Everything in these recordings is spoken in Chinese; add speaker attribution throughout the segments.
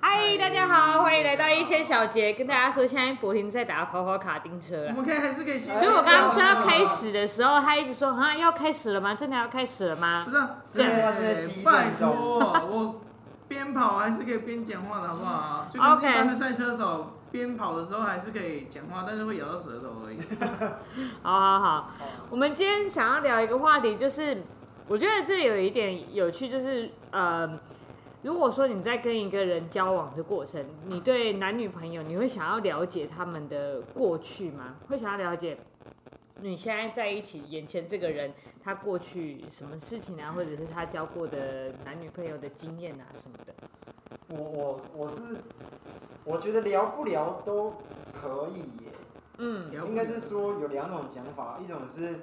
Speaker 1: 嗨，大家好，欢迎来到一千小节，跟大家说，现在柏林在打跑跑卡丁车
Speaker 2: 我
Speaker 1: 了。
Speaker 2: 们可以还是可以先。
Speaker 1: 所以我刚刚说要开，始的时候，他一直说啊要开始了吗？真的要开始了吗
Speaker 2: 不？是啊，
Speaker 1: 这
Speaker 3: 样
Speaker 2: 对拜托，我边跑还是可以边讲话的好不好？就跟
Speaker 1: OK
Speaker 2: 一般的赛车手边跑的时候还是可以讲话，但是会咬到舌头而已。
Speaker 1: 好好好，我们今天想要聊一个话题，就是我觉得这有一点有趣，就是呃，如果说你在跟一个人交往的过程，你对男女朋友，你会想要了解他们的过去吗？会想要了解你现在在一起眼前这个人他过去什么事情啊，或者是他交过的男女朋友的经验啊什么的？
Speaker 3: 我我我是，我觉得聊不聊都可以耶。
Speaker 1: 嗯
Speaker 3: 应该是说有两种讲法，一种是，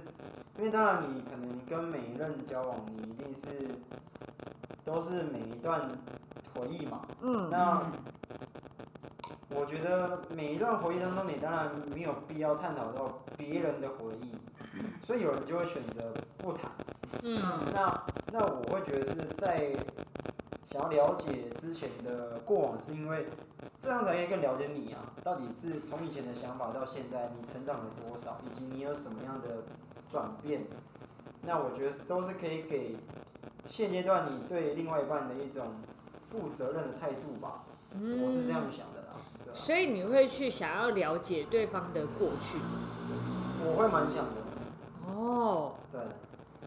Speaker 3: 因为当然你可能跟每一任交往，你一定是都是每一段回忆嘛。
Speaker 1: 嗯
Speaker 3: 那我觉得每一段回忆当中，你当然没有必要探讨到别人的回忆，所以有人就会选择不谈。
Speaker 1: 嗯
Speaker 2: 嗯，
Speaker 3: 那那我会觉得是在想要了解之前的过往，是因为这样才可以更了解你啊，到底是从以前的想法到现在，你成长了多少，以及你有什么样的转变。那我觉得是都是可以给现阶段你对另外一半的一种负责任的态度吧，
Speaker 1: 嗯
Speaker 3: 我是这样想的啦。对啊
Speaker 1: 所以你会去想要了解对方的过去
Speaker 3: 啊我会蛮想的，
Speaker 1: 哦。
Speaker 3: 对，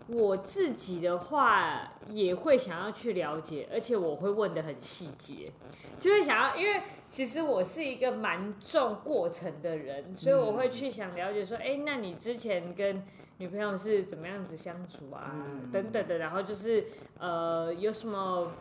Speaker 1: 我自己的话也会想要去了解，而且我会问的很细节，就会想要，因为其实我是一个蛮重过程的人，所以我会去想了解说，哎、那你之前跟女朋友是怎么样子相处啊，
Speaker 3: 嗯
Speaker 1: 等等的，然后就是呃，有什么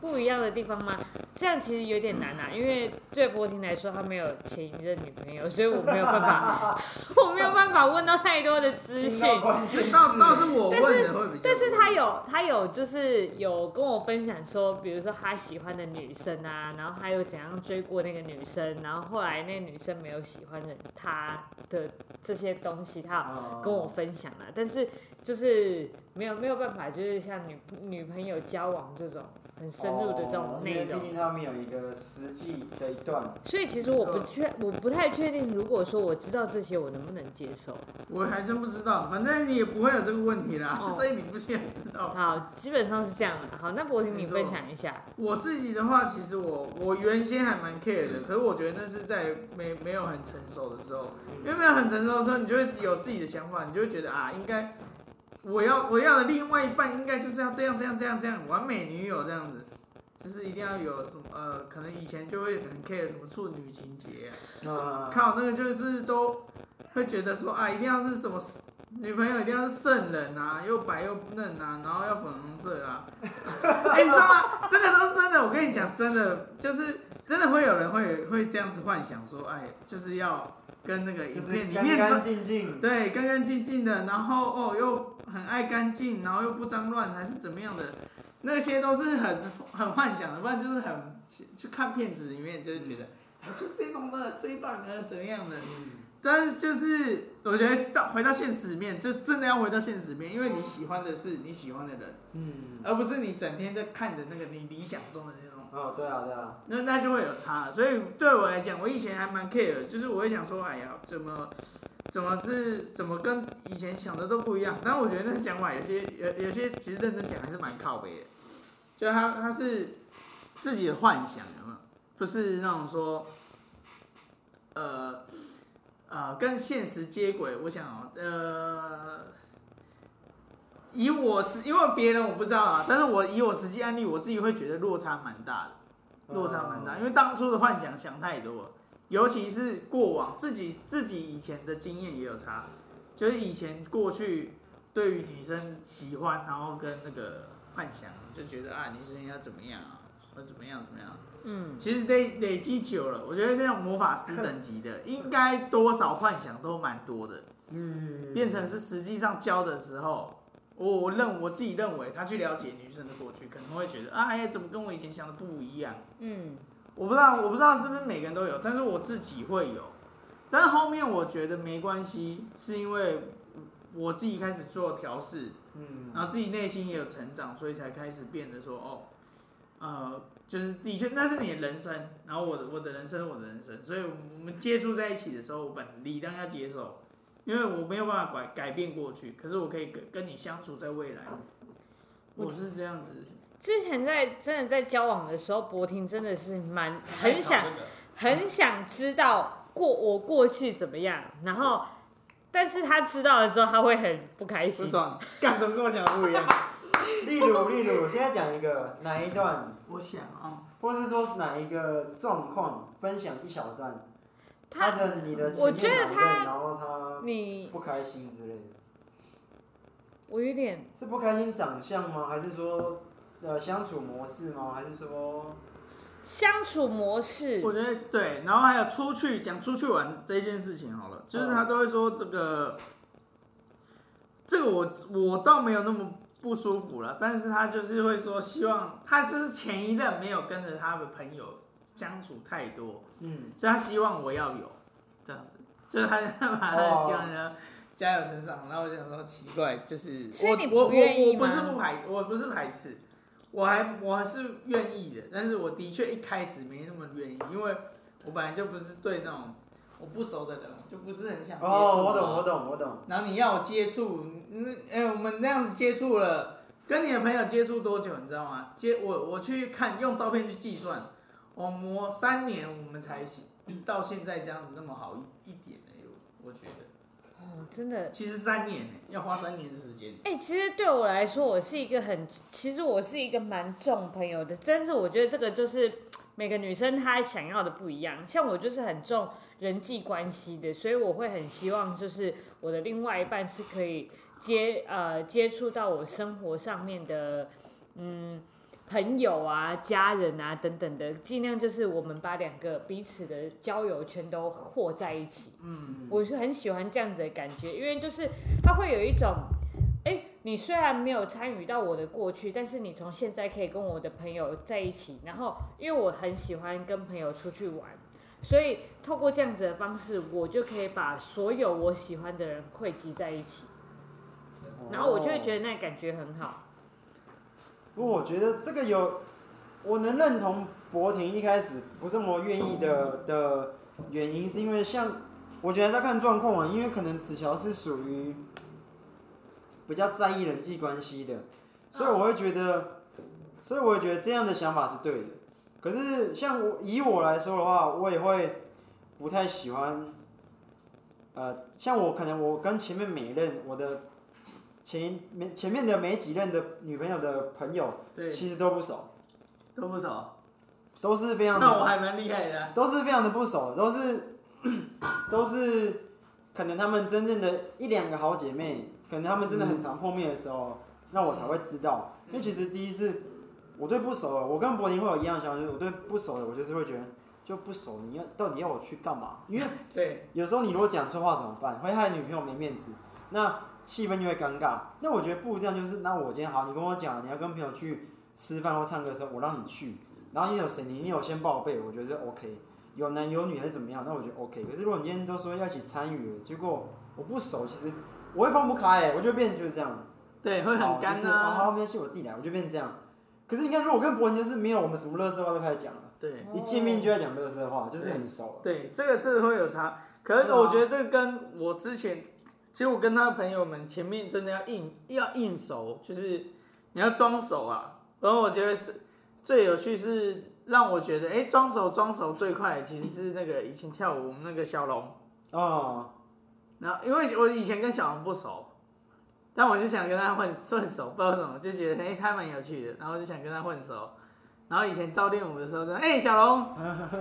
Speaker 1: 不一样的地方吗？这样其实有点难啊，因为对波婷来说，她没有前一任女朋友，所以我没有办法， 我没有办法问到太多的资
Speaker 3: 听
Speaker 1: 讯。
Speaker 3: 到关键字
Speaker 2: 倒倒是我问的会比较，
Speaker 1: 但是他有，他有，就是有跟我分享说，比如说他喜欢的女生啊，然后还有怎样追过那个女生，啊然后后来那个女生没有喜欢的他的这些东西，他有跟我分享啊。但是就是没有没有办法，就是像女女朋友交往这种很深入的这种内
Speaker 3: 哦因为
Speaker 1: 容
Speaker 3: 毕。竟他们有一个实际的一段，
Speaker 1: 所以其实我不确，我不太确定，如果说我知道这些，我能不能接受？
Speaker 2: 我还真不知道，反正你也不会有这个问题啦，
Speaker 1: 哦
Speaker 2: 所以你不需要知道。
Speaker 1: 好，基本上是这样啊的。好，那博婷，你
Speaker 2: 没错
Speaker 1: 分享一下。
Speaker 2: 我自己的话，其实我我原先还蛮 care 的，可是我觉得那是在没没有很成熟的时候，
Speaker 1: 嗯
Speaker 2: 因为没有很成熟的时候，你就会有自己的想法，你就会觉得啊，应该我要我要的另外一半应该就是要这样这样这样这样完美女友这样子，就是一定要有什么呃，可能以前就会很 care 什么处女情节、啊，
Speaker 3: 那
Speaker 2: 靠那个就是都会觉得说啊，一定要是什么女朋友一定要是圣人啊，又白又嫩啊，然后要粉红色啊。 哎、你知道吗？这个都是真的，我跟你讲，真的就是真的会有人会会这样子幻想说，哎，就是要跟那个
Speaker 3: 就
Speaker 2: 影
Speaker 3: 是
Speaker 2: 片里
Speaker 3: 干
Speaker 2: 面
Speaker 3: 干
Speaker 2: 的
Speaker 3: 净净，
Speaker 2: 对干干净净的，然后哦又很爱干净，然后又不脏乱，还是怎么样的。那些都是很很幻想的，不然就是很去看片子里面就会觉得，哎就这种的最棒的怎么样的，但是就是我觉得到回到现实面，就是真的要回到现实面，因为你喜欢的是你喜欢的人，
Speaker 3: 嗯，
Speaker 2: 而不是你整天在看的那个你理想中的那种，
Speaker 3: 哦，对啊，对啊，
Speaker 2: 那那就会有差了。所以对我来讲，我以前还蛮 care，的就是我会想说，哎呀，怎么怎么是怎么跟以前想的都不一样。但我觉得那个想法有些有有些其实认真讲还是蛮靠背的，就他他是自己的幻想，有没有？不是那种说，呃呃，跟现实接轨。我想哦，呃，以我是因为别人我不知道啊，但是我以我实际案例，我自己会觉得落差蛮大的，嗯落差
Speaker 3: 哦
Speaker 2: 蛮大，因为当初的幻想想太多了，尤其是过往自己自己以前的经验也有差，就是以前过去对于女生喜欢，然后跟那个幻想就觉得啊，女生要怎么样啊，或怎么样怎么样。
Speaker 1: 嗯，
Speaker 2: 其实累累积久了，我觉得那种魔法师等级的，应该多少幻想都蛮多的，
Speaker 3: 嗯，
Speaker 2: 变成是实际上教的时候，我我认我自己认为他去了解女生的过去，可能会觉得啊，哎呀，怎么跟我以前想的不一样？
Speaker 1: 嗯，
Speaker 2: 我不知道，我不知道是不是每个人都有，但是我自己会有。但是后面我觉得没关系，是因为我自己开始做调试，
Speaker 3: 嗯，
Speaker 2: 啊然后自己内心也有成长，所以才开始变得说哦，呃，就是的确那是你的人生，然后我的我的人生我的人生，所以我们接触在一起的时候，我本理当要接受，因为我没有办法改改变过去，可是我可以跟跟你相处在未来，
Speaker 1: 我
Speaker 2: 我是这样子，
Speaker 1: 之前在真的在交往的时候，博婷真的是蛮很
Speaker 4: 太吵
Speaker 1: 想
Speaker 4: 这个
Speaker 1: 很想知道过我过去怎么样，然后但是他知道了之后，他会很不开
Speaker 2: 不
Speaker 1: 心。
Speaker 2: 爽， 干怎么跟我想的不一样？
Speaker 3: 例如，例如，我现在讲一个哪一段，
Speaker 2: 我想啊、
Speaker 3: 或是说是哪一个状况，分享一小段，他
Speaker 1: 他
Speaker 3: 的你的
Speaker 1: 我
Speaker 3: 前
Speaker 1: 觉
Speaker 3: 面
Speaker 1: 得
Speaker 3: 哪一
Speaker 1: 他
Speaker 3: 段，然后他
Speaker 1: 你
Speaker 3: 不开心之类的，
Speaker 1: 我有点
Speaker 3: 是不开心长相吗？还是说呃相处模式吗？还是说
Speaker 1: 相处模式，
Speaker 2: 我觉得对，然后还有出去讲出去玩这件事情好了，就是他都会说这个，这个我我倒没有那么不舒服了，但是他就是会说希望他就是前一任没有跟着他的朋友相处太多，
Speaker 3: 嗯，
Speaker 2: 所以他希望我要有这样子，就是他把他的希望呢加在我身上，然后我想说奇怪，就是
Speaker 1: 所
Speaker 2: 我
Speaker 1: 以你不
Speaker 2: 我我
Speaker 1: 愿意
Speaker 2: 我不是
Speaker 1: 吗
Speaker 2: 不排我不是排斥，我还我还是愿意的，但是我的确一开始没那么愿意，因为我本来就不是对那种我不熟的人，我就不是很想接触、啊
Speaker 3: 哦，我懂，我。懂，我懂，
Speaker 2: 然后你要我接触，嗯，哎、我们那样子接触了，跟你的朋友接触多久，你知道吗？接我我去看用照片去计算，我磨三年，我们才到现在这样子那么好一一点哎、我我觉得
Speaker 1: 哦真的
Speaker 2: 其实三年、哎要花三年的时间。
Speaker 1: 哎、其实对我来说，我是一个很，其实我是一个蛮重朋友的，但是我觉得这个就是每个女生她想要的不一样。像我就是很重人际关系的，所以我会很希望就是我的另外一半是可以接呃接触到我生活上面的嗯朋友啊、家人啊等等的，尽量就是我们把两个彼此的交友圈都和在一起。
Speaker 2: 嗯，
Speaker 1: 我是很喜欢这样子的感觉，因为就是它会有一种，哎、你虽然没有参与到我的过去，但是你从现在可以跟我的朋友在一起。然后，因为我很喜欢跟朋友出去玩，所以透过这样子的方式，我就可以把所有我喜欢的人汇集在一起，
Speaker 2: 哦
Speaker 1: 然后我就会觉得
Speaker 3: 得，
Speaker 1: 那感觉很好。
Speaker 3: 不过我觉得这个有，我能认同博婷一开始不这么愿意的的原因，是因为像我觉得还是要看状况啊，因为可能子乔是属于比较在意人际关系的，所以我会觉得，所以我会觉得这样的想法是对的。可是像我以我来说的话，我也会不太喜欢，呃，像我可能我跟前面每一任我的前每前面的每几任的女朋友的朋友，
Speaker 2: 对，
Speaker 3: 其实都不熟，
Speaker 2: 都不熟。
Speaker 3: 都是非常
Speaker 2: 那我还蛮厉害的啊、
Speaker 3: 都是非常的不熟，都是都是可能他们真正的一两个好姐妹，可能他们
Speaker 2: 嗯
Speaker 3: 真的很常碰面的时候，那我才会知道。因为其实第一次我对不熟的，我跟柏林会有一样的想法，就是我对不熟的，我就是会觉得就不熟，你要到底要我去干嘛？因为
Speaker 2: 对，
Speaker 3: 有时候你如果讲错话怎么办？会害女朋友没面子，那气氛就会尴尬。那我觉得不如这样，就是那我今天好，你跟我讲你要跟朋友去吃饭或唱歌的时候，我让你去，然后你有谁你你有先报备，我觉得 OK。有男有女还是怎么样？那我觉得 OK。可是如果你今天都说要一起参与，结果我不熟，其实我会放不开、欸，我就变成就是这样。
Speaker 2: 对，会很干
Speaker 3: 好就是
Speaker 2: 啊。
Speaker 3: 好，没关系，我自己来，我就变成这样。可是你看，如果我跟博文就是没有我们什么乐色话都开始讲了，
Speaker 2: 对
Speaker 3: 一见面就在讲乐色话，就是很熟了。
Speaker 2: 对，这个这个会有差。可是
Speaker 3: 对啊
Speaker 2: 我觉得这个跟我之前，其实我跟他的朋友们前面真的要硬要硬熟，就是你要装熟啊。然后我觉得最最有趣是让我觉得，哎，装熟装熟最快的其实是那个以前跳舞那个小龙。
Speaker 3: 哦，
Speaker 2: 然后因为我以前跟小龙不熟，但我就想跟他混混熟，不知道为什么，就觉得哎、诶他蛮有趣的，然后就想跟他混熟。然后以前到练舞的时候说，哎、小龙，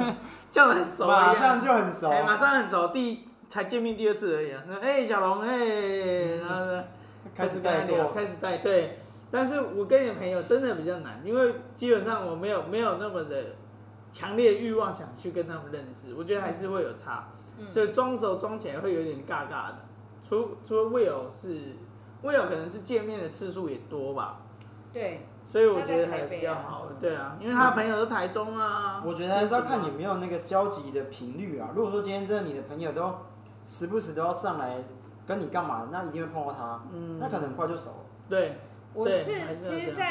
Speaker 2: 叫的很熟一样，
Speaker 3: 马上就很熟。
Speaker 2: 哎、马上很熟，第一才见面第二次而已啊。那哎、小龙，哎、然后呢
Speaker 3: 开始
Speaker 2: 跟他
Speaker 3: 带
Speaker 2: 聊，
Speaker 3: 过，
Speaker 2: 开始带对。但是我跟你的朋友真的比较难，因为基本上我没有没有那么的强烈欲望想去跟他们认识，我觉得还是会有差，
Speaker 1: 嗯
Speaker 2: 所以装熟装起来会有点尬尬的。除除了 Will 是 Will 可能是见面的次数也多吧，
Speaker 1: 对，
Speaker 2: 所以我觉得
Speaker 1: 他在
Speaker 2: 还
Speaker 1: 台北啊
Speaker 2: 比较好
Speaker 1: 什么。的
Speaker 2: 对啊，因为他朋友都台中啊。
Speaker 3: 我觉得还是要看有没有那个交集的频率啊。如果说今天真的你的朋友都时不时都要上来跟你干嘛，那一定会碰到他，
Speaker 2: 嗯
Speaker 3: 那可能很快就熟了。
Speaker 2: 对
Speaker 1: 我
Speaker 2: 对
Speaker 1: 是
Speaker 2: 还是要
Speaker 1: 其
Speaker 2: 这
Speaker 1: 实
Speaker 2: 样
Speaker 1: 在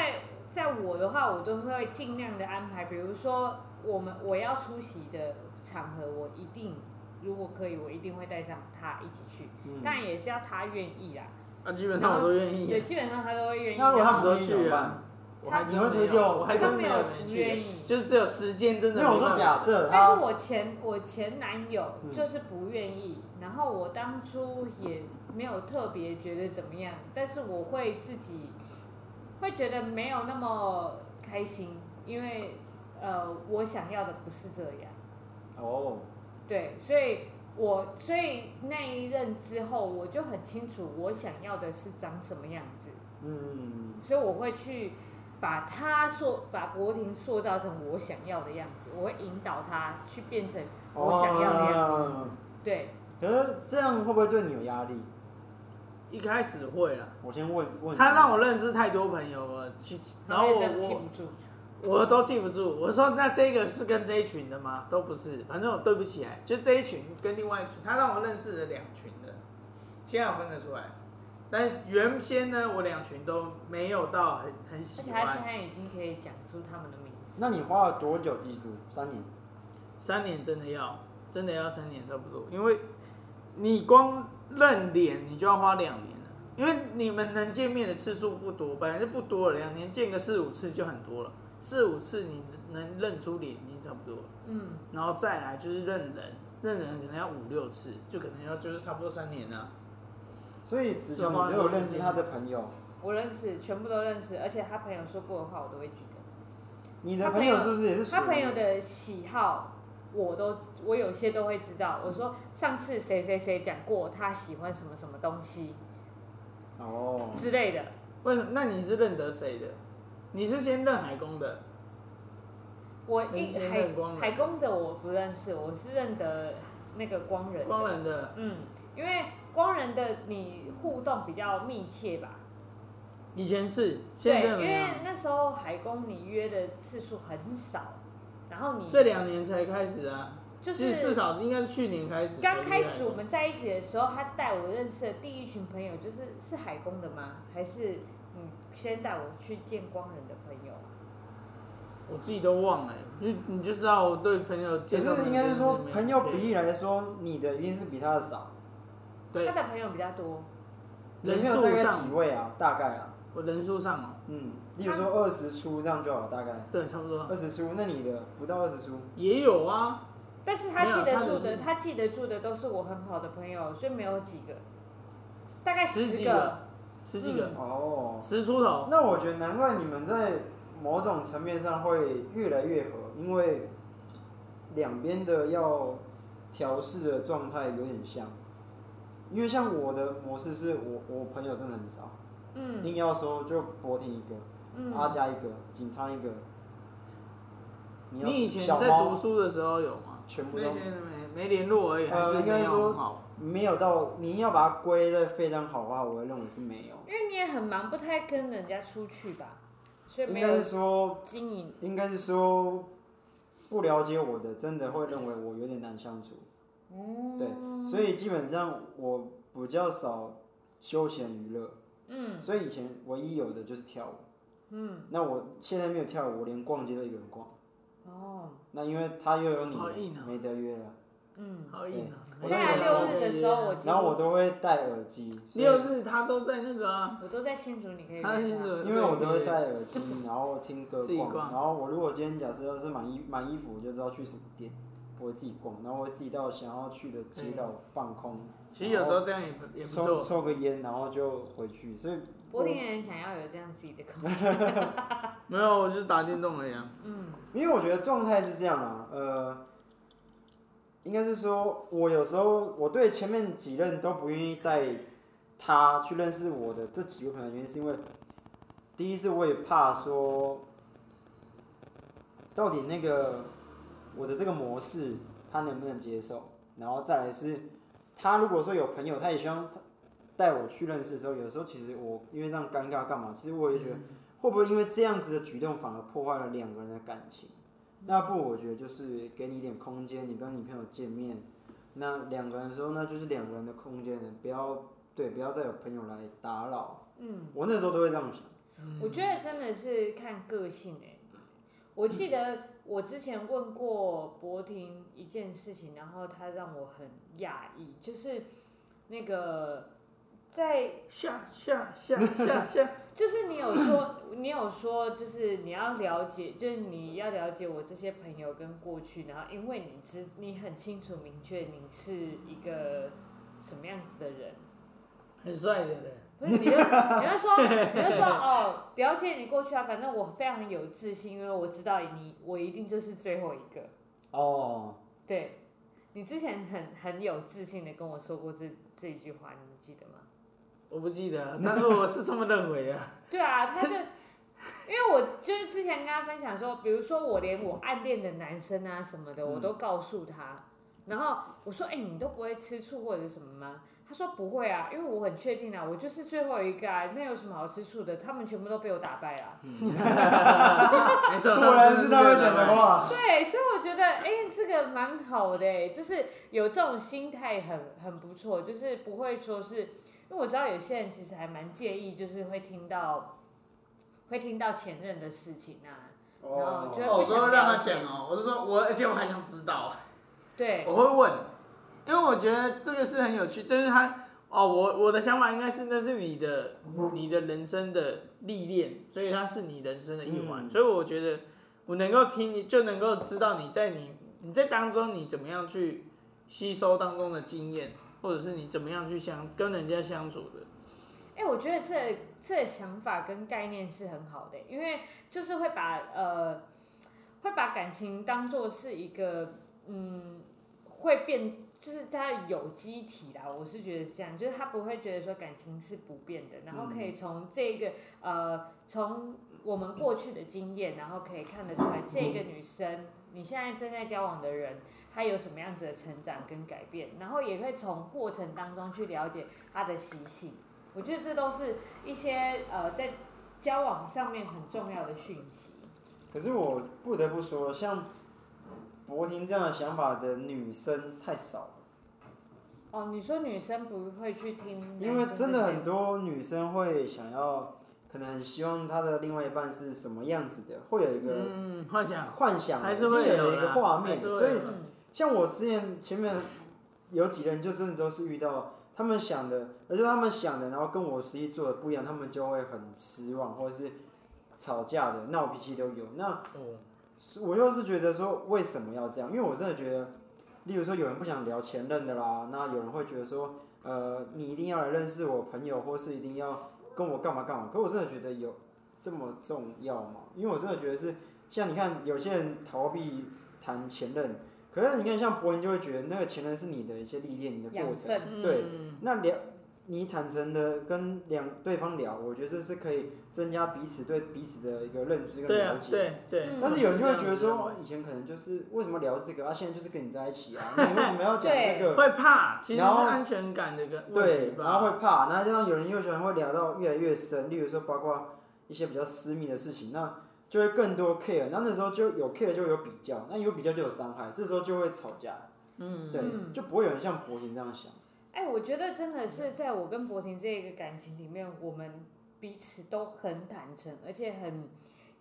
Speaker 1: 在我的话，我都会尽量的安排，比如说我们我要出席的场合，我一定如果可以，我一定会带上他一起去，
Speaker 3: 嗯
Speaker 1: 但也是要他愿意啦。
Speaker 2: 啊，基本上我都愿意。
Speaker 1: 对，基本上他都会愿意。
Speaker 3: 那如果
Speaker 1: 然
Speaker 3: 他
Speaker 1: 后
Speaker 3: 们
Speaker 2: 都
Speaker 3: 都
Speaker 2: 去
Speaker 3: 去
Speaker 2: 了
Speaker 1: 啊
Speaker 3: 了，
Speaker 2: 我还真
Speaker 3: 你会推
Speaker 2: 没有
Speaker 3: 掉
Speaker 2: 我还真
Speaker 1: 他没
Speaker 2: 没
Speaker 1: 有
Speaker 2: 有
Speaker 1: 不
Speaker 2: 人
Speaker 1: 愿
Speaker 2: 去，
Speaker 1: 意。
Speaker 2: 就是只有时间真的
Speaker 3: 没
Speaker 2: 没办
Speaker 3: 有我
Speaker 2: 法。
Speaker 3: 说假设
Speaker 1: 但是
Speaker 3: 他，
Speaker 1: 我前我前男友
Speaker 3: 啊嗯
Speaker 1: 就是不愿意，然后我当初也没有特别觉得怎么样，但是我会自己会觉得没有那么开心，因为呃，我想要的不是这样，
Speaker 3: 哦，
Speaker 1: 对，所以我所以那一任之后，我就很清楚我想要的是长什么样子，
Speaker 3: 嗯，
Speaker 1: 所以我会去把他塑把柏婷塑造成我想要的样子，我会引导他去变成我想要的样子，
Speaker 3: 哦
Speaker 1: 对。
Speaker 3: 可是这样会不会对你有压力？
Speaker 2: 一开始会了，
Speaker 3: 我先问问你，
Speaker 2: 他让我认识太多朋友了，其然后
Speaker 1: 真
Speaker 2: 我
Speaker 1: 的记
Speaker 2: 我
Speaker 1: 不住，
Speaker 2: 我都记不住。我说那这个是跟这一群的吗？都不是，反正我对不起来，就这一群跟另外一群，他让我认识了两群的，现在我分得出来。但是原先呢，我两群都没有到很很
Speaker 1: 而
Speaker 2: 喜
Speaker 1: 且他
Speaker 2: 欢
Speaker 1: 现。在已经可以讲出他们的名字。
Speaker 3: 那你花了多久记住？三年？
Speaker 2: 三年真的要，真的要三年差不多，因为你光认脸你就要花两年了，因为你们能见面的次数不多，本来就不多了，两年见个四五次就很多了，四五次你能认出脸已经差不多了，
Speaker 1: 嗯，
Speaker 2: 然后再来就是认人，认人可能要五六次，就可能要就是差不多三年啊。
Speaker 3: 所以子乔你都有认识他的朋友，
Speaker 1: 我认识，全部都认识，而且他朋友说过的话我都会记得，
Speaker 3: 你的朋友是不是也是属于
Speaker 1: 他朋友的喜好我都我有些都会知道。我说上次谁谁谁讲过他喜欢什么什么东西
Speaker 3: 哦，
Speaker 1: 之类的，
Speaker 2: 为什么？那你是认得谁的？你是先认海公的，
Speaker 1: 我
Speaker 2: 那
Speaker 1: 一
Speaker 2: 些
Speaker 1: 海
Speaker 2: 认光人
Speaker 1: 海公的我不认识，我是认得那个光人的。
Speaker 2: 光人的，
Speaker 1: 嗯，因为光人的你互动比较密切吧，
Speaker 2: 以前是，
Speaker 1: 对，
Speaker 2: 现在
Speaker 1: 因
Speaker 2: 没
Speaker 1: 为
Speaker 2: 有，
Speaker 1: 那时候海工你约的次数很少，然后你
Speaker 2: 这两年才开始啊。
Speaker 1: 就
Speaker 2: 其实至
Speaker 1: 是
Speaker 2: 少应该是去年开始。
Speaker 1: 刚开始我们在一起的时候，他带我认识的第一群朋友就是是海工的吗？还是你先带我去见光人的朋友？
Speaker 2: 我自己都忘了、你你就知道我对朋友
Speaker 3: 可
Speaker 2: 介绍。
Speaker 3: 是应该是说朋友比例来说，你的一定是比他的少，
Speaker 1: 他
Speaker 2: 对
Speaker 1: 的朋友比较多，
Speaker 2: 人
Speaker 3: 你有
Speaker 2: 数
Speaker 3: 大概
Speaker 2: 上
Speaker 3: 几，位啊？大概啊，
Speaker 2: 我人数上哦，
Speaker 3: 嗯，例如说二十出这样就好，大概
Speaker 2: 对，差不多
Speaker 3: 二十出，那你的不到二十出，
Speaker 2: 也有啊。
Speaker 1: 但是他记
Speaker 2: 没有
Speaker 1: 得
Speaker 2: 他只
Speaker 1: 住
Speaker 2: 是
Speaker 1: 的，他记得住的都是我很好的朋友，所以没有几个，大概
Speaker 2: 十
Speaker 1: 十
Speaker 2: 几
Speaker 1: 个
Speaker 2: 个。十几个，
Speaker 1: 嗯
Speaker 3: 哦，
Speaker 2: 十出头，
Speaker 3: 那我觉得难怪你们在某种层面上会越来越合，因为两边的要调试的状态有点像。因为像我的模式是我我朋友真的很少，
Speaker 1: 嗯
Speaker 3: 硬要说就博婷一个，阿
Speaker 1: 嗯，
Speaker 3: 佳一个，景昌一个。要
Speaker 2: 你以前
Speaker 3: 小
Speaker 2: 在
Speaker 3: 猫
Speaker 2: 读书的时候有吗？
Speaker 3: 全部
Speaker 2: 那
Speaker 3: 都
Speaker 2: 些没没联络而已，还
Speaker 3: 呃
Speaker 2: 是
Speaker 3: 应该
Speaker 2: 没有
Speaker 3: 说
Speaker 2: 很好。
Speaker 3: 没有到，你要把它归的非常好的话，我会认为是没有。
Speaker 1: 因为你也很忙，不太跟人家出去吧，所以
Speaker 3: 应
Speaker 1: 没
Speaker 3: 该
Speaker 1: 有
Speaker 3: 是说
Speaker 1: 经营。
Speaker 3: 应该是说不了解我的，真的会认为我有点难相处，
Speaker 1: 嗯，
Speaker 3: 对所以基本上我比较少休闲娱乐，
Speaker 1: 嗯
Speaker 3: 所以以前唯一有的就是跳舞。
Speaker 1: 嗯，
Speaker 3: 那我现在没有跳舞，我连逛街都一个人逛。
Speaker 1: 哦，
Speaker 3: 那因为他又有你
Speaker 2: 好硬啊，
Speaker 3: 没得约了，
Speaker 1: 嗯，
Speaker 2: 好硬啊！
Speaker 3: 我
Speaker 1: 现
Speaker 3: 那
Speaker 1: 在
Speaker 3: 时候
Speaker 1: 六日的时候，我几
Speaker 3: 然后我
Speaker 1: 乎
Speaker 3: 都会戴耳机，所以
Speaker 2: 六日他都在那个啊，
Speaker 1: 我都在新竹，你可以
Speaker 2: 他
Speaker 1: 看
Speaker 2: 一
Speaker 1: 看
Speaker 2: 直
Speaker 3: 因为我都会戴耳机，然后听歌
Speaker 2: 自己
Speaker 3: 逛，
Speaker 2: 逛
Speaker 3: 然后我如果今天假设要是买衣买衣服，我就知道去什么店，我会自己逛，然后我会自己到想要去的街道放空。
Speaker 2: 其实有时候这样也不嗯也不
Speaker 3: 抽
Speaker 2: 错。
Speaker 3: 抽个烟，然后就回去。所以
Speaker 1: 柏
Speaker 3: 我
Speaker 1: 林人想要有这样自己的空间。
Speaker 2: 没有，我就是打电动而已啊。
Speaker 1: 嗯
Speaker 3: 因为我觉得状态是这样啊，呃，应该是说，我有时候我对前面几任都不愿意带他去认识我的这几位朋友，原因是因为，第一是我也怕说，到底那个我的这个模式他能不能接受，然后再来是，他如果说有朋友，他也希望他带我去认识的时候，有时候其实我因为这样尴尬干嘛，其实我也觉得。会不会因为这样子的举动反而破坏了两个人的感情？那不，我觉得就是给你一点空间，你跟女朋友见面，那两个人的时候，那就是两个人的空间了，不要对，不要再有朋友来打扰。
Speaker 1: 嗯，
Speaker 3: 我那时候都会这样想，
Speaker 1: 我觉得真的是看个性哎、我记得我之前问过博婷一件事情，然后他让我很讶异，就是那个在
Speaker 2: 下下下下下，
Speaker 1: 就是你有说，你有说，就是你要了解，就是你要了解我这些朋友跟过去，然后因为你知，你很清楚明确你是一个什么样子的人，
Speaker 2: 很帅的人。
Speaker 1: 不是你就你就说你就说哦，了解你过去啊，反正我非常有自信，因为我知道你，我一定就是最后一个。
Speaker 3: 哦，
Speaker 1: 对，你之前很很有自信的跟我说过这这一句话，你记得吗？
Speaker 2: 我不记 得，但是我是这么认为的。
Speaker 1: 对啊，他就因为我就是之前跟他分享说，比如说我连我暗恋的男生啊什么的，我都告诉他。然后我说：“哎、你都不会吃醋或者什么吗？”他说：“不会啊，因为我很确定啊，我就是最后一个啊，那有什么好吃醋的？他们全部都被我打败了。
Speaker 2: 没错，哦
Speaker 3: 果然是他们讲的。话。
Speaker 1: 对，所以我觉得，哎、这个蛮好的、哎，就是有这种心态很很不错，就是不会说是，因为我知道有些人其实还蛮介意，就是会听到会听到前任的事情啊，然后就
Speaker 2: 哦，我说让他讲哦，我是说我，而且我还想知道，
Speaker 3: 哎
Speaker 1: 对，
Speaker 2: 我会问，因为我觉得这个是很有趣，就是他哦，我我的想法应该是那是你的你的人生的历练，所以它是你人生的一环，
Speaker 3: 嗯
Speaker 2: 所以我觉得我能够听你就能够知道你在你你在当中你怎么样去吸收当中的经验，或者是你怎么样去相跟人家相处的。
Speaker 1: 哎、我觉得这这想法跟概念是很好的，因为就是会把呃，会把感情当做是一个嗯，会变，就是它有机体啦。我是觉得是这样，就是他不会觉得说感情是不变的，然后可以从这个呃，从我们过去的经验，然后可以看得出来这个女生。你现在正在交往的人，她有什么样子的成长跟改变，然后也会从过程当中去了解她的习性，我觉得这都是一些呃在交往上面很重要的讯息。
Speaker 3: 可是我不得不说，像博婷这样的想法的女生太少了，
Speaker 1: 哦，你说女生不会去听，
Speaker 3: 因为真的很，多女生会想要，可能很希望她的另外一半是什么样子的，会有一个
Speaker 2: 嗯，幻想。
Speaker 3: 幻想，
Speaker 2: 还是会
Speaker 3: 就
Speaker 2: 有
Speaker 3: 有一个
Speaker 2: 啦
Speaker 3: 画
Speaker 2: 还
Speaker 3: 面，
Speaker 2: 是会
Speaker 3: 所以
Speaker 2: 有
Speaker 1: 嗯，
Speaker 3: 像我之前前面有几个人就真的都是遇到他们想的，而且他们想的，然后跟我实际做的不一样，他们就会很失望，或者是吵架的、闹脾气都有。那
Speaker 2: 哦
Speaker 3: 我又是觉得说，为什么要这样？因为我真的觉得，例如说有人不想聊前任的啦，那有人会觉得说，呃，你一定要来认识我朋友，或是一定要跟我干嘛干嘛。可我真的觉得有这么重要吗？因为我真的觉得是，像你看有些人逃避谈前任，可是你看像博文就会觉得那个前任是你的一些历练，你的过
Speaker 1: 养
Speaker 3: 程。
Speaker 1: 分，
Speaker 2: 嗯
Speaker 3: 对那聊，你坦诚的跟两对方聊，我觉得这是可以增加彼此对彼此的一个认知跟
Speaker 2: 对啊
Speaker 3: 了，解。
Speaker 2: 对对。
Speaker 1: 嗯
Speaker 3: 但是有人就会觉得
Speaker 2: 是这
Speaker 3: 说，
Speaker 2: 样
Speaker 3: 哦
Speaker 2: 子
Speaker 3: 以前可能就是为什么聊这个啊，现在就是跟你在一起啊，你 为什么要讲这
Speaker 2: 的
Speaker 3: 个？
Speaker 2: 会怕，其实是
Speaker 3: 然后
Speaker 2: 安全感的一个问
Speaker 3: 对
Speaker 2: 题，吧。
Speaker 3: 然后会怕，然后加上有人又喜欢会聊到越来越深，例如说包括一些比较私密的事情，那就会更多 care，那那时候就有 care 就有比较，那有比较就有伤害，这时候就会吵架，
Speaker 2: 嗯，
Speaker 3: 对，
Speaker 1: 嗯
Speaker 3: 就不会有人像博婷这样想，
Speaker 1: 哎、我觉得真的是在我跟博婷这个感情里面，我们彼此都很坦诚，而且很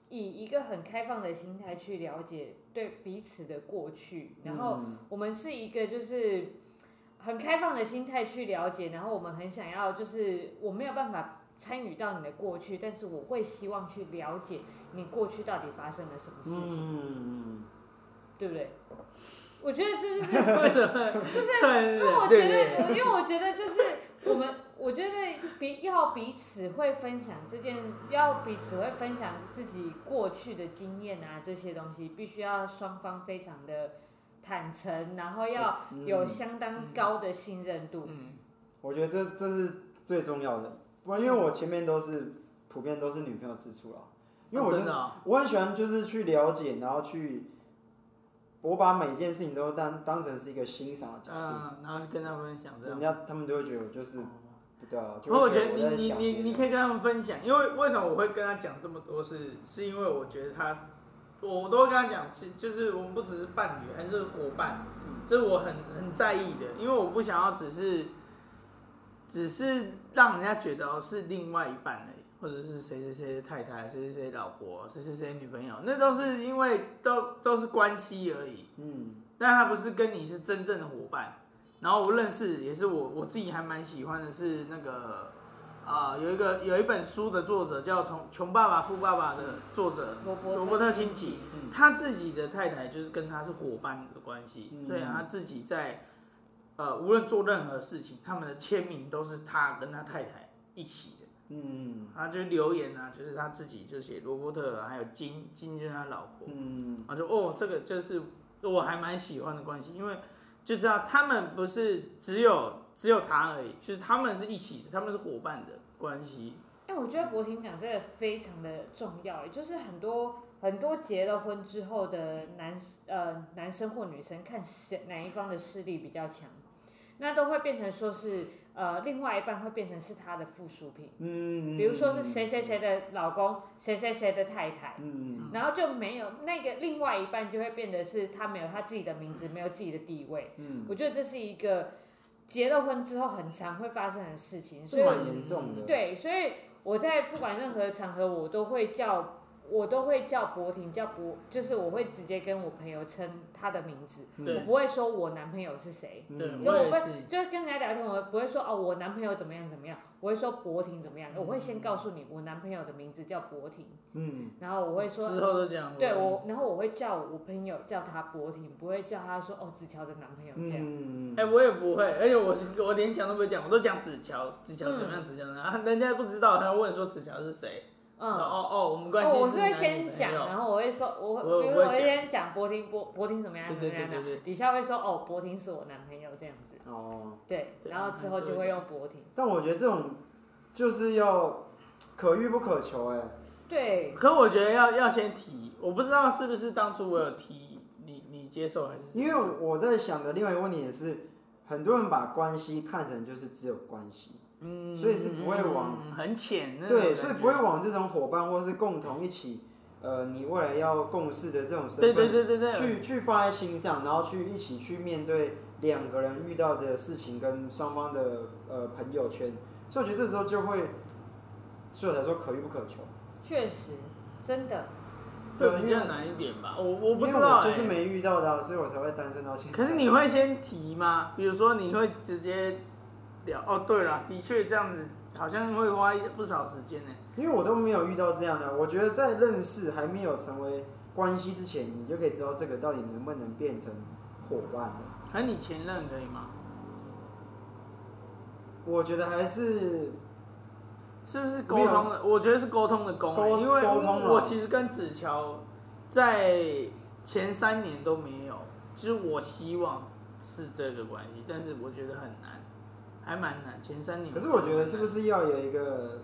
Speaker 1: 以一个很开放的心态去了解对彼此的过去，然后
Speaker 3: 嗯
Speaker 1: 我们是一个就是很开放的心态去了解，然后我们很想要就是我没有办法参与到你的过去，但是我会希望去了解你过去到底发生了什么事情，
Speaker 3: 嗯，
Speaker 1: 对不对？我觉得这就是
Speaker 2: 为什么？
Speaker 1: 就是
Speaker 2: 对
Speaker 1: 因为我
Speaker 2: 对
Speaker 1: 觉
Speaker 2: 对
Speaker 1: 得，我因为我觉得就是我们，我觉得彼要彼此会分享这件，要彼此会分享自己过去的经验啊，这些东西必须要双方非常的坦诚，然后要
Speaker 3: 嗯
Speaker 1: 有相当高的信任度。
Speaker 2: 嗯，
Speaker 3: 我觉得这这是最重要的，不然因为我前面都是普遍都是女朋友之处啦，啊因为我
Speaker 2: 哦
Speaker 3: 就
Speaker 2: 真
Speaker 3: 是、
Speaker 2: 的哦
Speaker 3: 我很喜欢就是去了解，然后去我把每件事情都当当成是一个欣赏的角度，
Speaker 2: 嗯，然后就跟他分享这
Speaker 3: 人
Speaker 2: 样。
Speaker 3: 家他们都会觉得我就是不对啊，就
Speaker 2: 然后我
Speaker 3: 会
Speaker 2: 觉得
Speaker 3: 我
Speaker 2: 你
Speaker 3: 在
Speaker 2: 你
Speaker 3: 想
Speaker 2: 你
Speaker 3: 别
Speaker 2: 你
Speaker 3: 人
Speaker 2: 可以跟他们分享，因为为什么我会跟他讲这么多事，是因为我觉得他，我都会跟他讲，其就是我们不只是伴侣，还是伙伴，
Speaker 3: 嗯
Speaker 2: 这是我很很在意的，因为我不想要只是，只是让人家觉得哦是另外一半而已，或者是谁谁谁的太太、谁谁谁老婆、谁谁谁女朋友，那都是因为都都是关系而已，
Speaker 3: 嗯，
Speaker 2: 但他不是跟你是真正的伙伴。然后我认识也是我我自己还蛮喜欢的是那个啊、有一个有一本书的作者叫《穷穷爸爸富爸爸》的作者
Speaker 1: 罗伯
Speaker 2: 罗伯特清崎，
Speaker 3: 嗯
Speaker 2: 他自己的太太就是跟他是伙伴的关系，
Speaker 3: 嗯
Speaker 2: 所以他自己在呃无论做任何事情，他们的签名都是他跟他太太一起的。
Speaker 3: 嗯
Speaker 2: 他就留言啊，就是他自己就写罗伯特，啊还有金金就是他老婆，
Speaker 3: 嗯
Speaker 2: 我就哦，这个就是我还蛮喜欢的关系，因为就知道他们不是只有只有他而已，就是他们是一起的，他们是伙伴的关系。
Speaker 1: 哎、我觉得博婷讲这个非常的重要，就是很多很多结了婚之后的男呃男生或女生，看谁哪一方的势力比较强，那都会变成说是呃另外一半会变成是他的附属品，
Speaker 3: 嗯，
Speaker 1: 比如说是谁谁谁的老公，谁谁谁的太太。
Speaker 3: 嗯，
Speaker 1: 然后就没有那个另外一半就会变得是他没有他自己的名字，没有自己的地位。
Speaker 3: 嗯
Speaker 1: 我觉得这是一个结了婚之后很常会发生的事情，
Speaker 3: 嗯，
Speaker 1: 所以
Speaker 3: 是蛮严重的，，
Speaker 1: 对，所以我在不管任何场合，我都会叫，我都会叫博婷，叫博，就是我会直接跟我朋友称他的名字，
Speaker 3: 嗯
Speaker 1: 我
Speaker 2: 对
Speaker 1: 不会说我男朋友是谁。
Speaker 2: 对，
Speaker 1: 因
Speaker 3: 嗯
Speaker 1: 为
Speaker 2: 我
Speaker 1: 我
Speaker 2: 也
Speaker 1: 会
Speaker 2: 是。
Speaker 1: 就是跟人家聊天，我不会说哦，我男朋友怎么样怎么样，我会说博婷怎么样，我会先告诉你我男朋友的名字叫博婷，
Speaker 3: 嗯
Speaker 1: 然后我会说
Speaker 2: 之后都讲
Speaker 1: 对我，然后我会叫我朋友叫他博婷，不会叫他说哦子乔的男朋友这样。
Speaker 3: 嗯，
Speaker 2: 哎、我也不会，而且我是我连讲都不会讲，我都讲子乔，子乔怎么样，子乔怎么样，啊人家不知道，他问说子乔是谁，
Speaker 1: 嗯，
Speaker 2: 哦哦，我们关系
Speaker 1: 哦，我
Speaker 2: 是
Speaker 1: 是
Speaker 2: 男
Speaker 1: 会
Speaker 2: 女
Speaker 1: 先
Speaker 2: 朋
Speaker 1: 讲，
Speaker 2: 友
Speaker 1: 然后我会说，我会，
Speaker 2: 我
Speaker 1: 比如
Speaker 2: 我会
Speaker 1: 说我会
Speaker 2: 讲
Speaker 1: 先讲博婷，博博婷怎么样，怎
Speaker 2: 对
Speaker 1: 么
Speaker 2: 对
Speaker 1: 样，
Speaker 2: 对
Speaker 1: 怎么
Speaker 2: 对
Speaker 1: 样，底下会说哦，博婷是我男朋友这样子，
Speaker 3: 哦，
Speaker 1: 对，
Speaker 2: 对
Speaker 1: 然后之后就会用博婷，
Speaker 3: 但我觉得这种就是要可遇不可求，哎，
Speaker 1: 对，
Speaker 2: 可我觉得要要先提，我不知道是不是当初我有提你你接受还是
Speaker 3: 因为我在想的另外一个问题也是，很多人把关系看成就是只有关系，
Speaker 2: 嗯
Speaker 3: 所以是不会往
Speaker 2: 嗯很浅那种
Speaker 3: 对，所以
Speaker 2: 感觉
Speaker 3: 不会往这种伙伴或是共同一起，呃，你未来要共事的这种身
Speaker 2: 对
Speaker 3: 份，
Speaker 2: 对对对对，
Speaker 3: 去去放在心上，然后去一起去面对两个人遇到的事情跟双方的呃朋友圈，所以我觉得这时候就会，所以才说可遇不可求。
Speaker 1: 确实，真的，
Speaker 2: 对比
Speaker 3: 因
Speaker 2: 较
Speaker 3: 为
Speaker 2: 难一点吧，我我不知
Speaker 3: 因为
Speaker 2: 道、
Speaker 3: 我就是
Speaker 2: 欸
Speaker 3: 没遇到的啊、所以我才会单身到现在。
Speaker 2: 可是你会先提吗？比如说你会直接聊哦，对了，的确这样子好像会花一不少时间呢、
Speaker 3: 因为我都没有遇到这样的，我觉得在认识还没有成为关系之前，你就可以知道这个到底能不能变成伙伴了。
Speaker 2: 可是你前任可以吗？
Speaker 3: 我觉得还是
Speaker 2: 是不是沟通的？我觉得是沟通的沟、
Speaker 3: 沟
Speaker 2: 因为
Speaker 3: 沟通啊
Speaker 2: 我其实跟子乔在前三年都没有，就是我希望是这个关系，但是我觉得很难，还蛮难。前三年，
Speaker 3: 可是我觉得是不是要有一个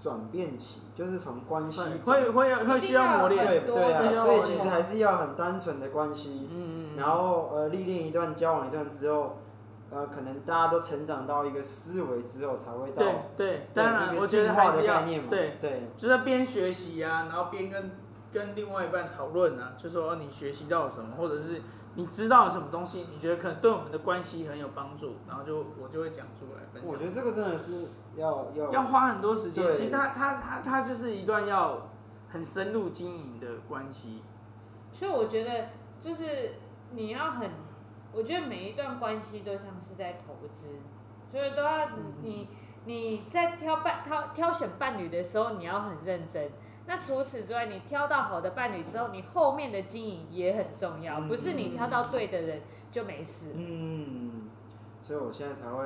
Speaker 3: 转变期，就是从关系
Speaker 2: 会会会会需要磨
Speaker 1: 一定要
Speaker 2: 练？
Speaker 1: 很
Speaker 3: 对
Speaker 1: 多
Speaker 3: 对啊，
Speaker 2: 的
Speaker 3: 所以其实还是要很单纯的关系，
Speaker 2: 嗯嗯
Speaker 3: 然后呃历练一段交往一段之后，呃可能大家都成长到一个思维之后才会
Speaker 2: 嗯，
Speaker 3: 到
Speaker 2: 对对，当
Speaker 3: 一
Speaker 2: 然
Speaker 3: 个
Speaker 2: 我觉
Speaker 3: 进
Speaker 2: 得
Speaker 3: 化
Speaker 2: 还
Speaker 3: 的
Speaker 2: 是
Speaker 3: 概
Speaker 2: 要
Speaker 3: 念嘛，
Speaker 2: 对，
Speaker 3: 对，
Speaker 2: 就是边学习啊，然后边跟跟另外一半讨论啊，就说哦你学习到了什么，或者是你知道了什么东西，你觉得可能对我们的关系很有帮助，然后就我就会讲出来分享
Speaker 3: 我。觉得这个真的是要要
Speaker 2: 要花很多时间。
Speaker 3: 对
Speaker 2: 其实它它它它就是一段要很深入经营的关系。
Speaker 1: 所以我觉得就是你要很，我觉得每一段关系都像是在投资，所以都要你你在挑伴挑挑选伴侣的时候，你要很认真。那除此之外，你挑到好的伴侣之后，你后面的经营也很重要，
Speaker 3: 嗯
Speaker 1: 不是你挑到对的人就没事。
Speaker 3: 嗯，所以我现在才会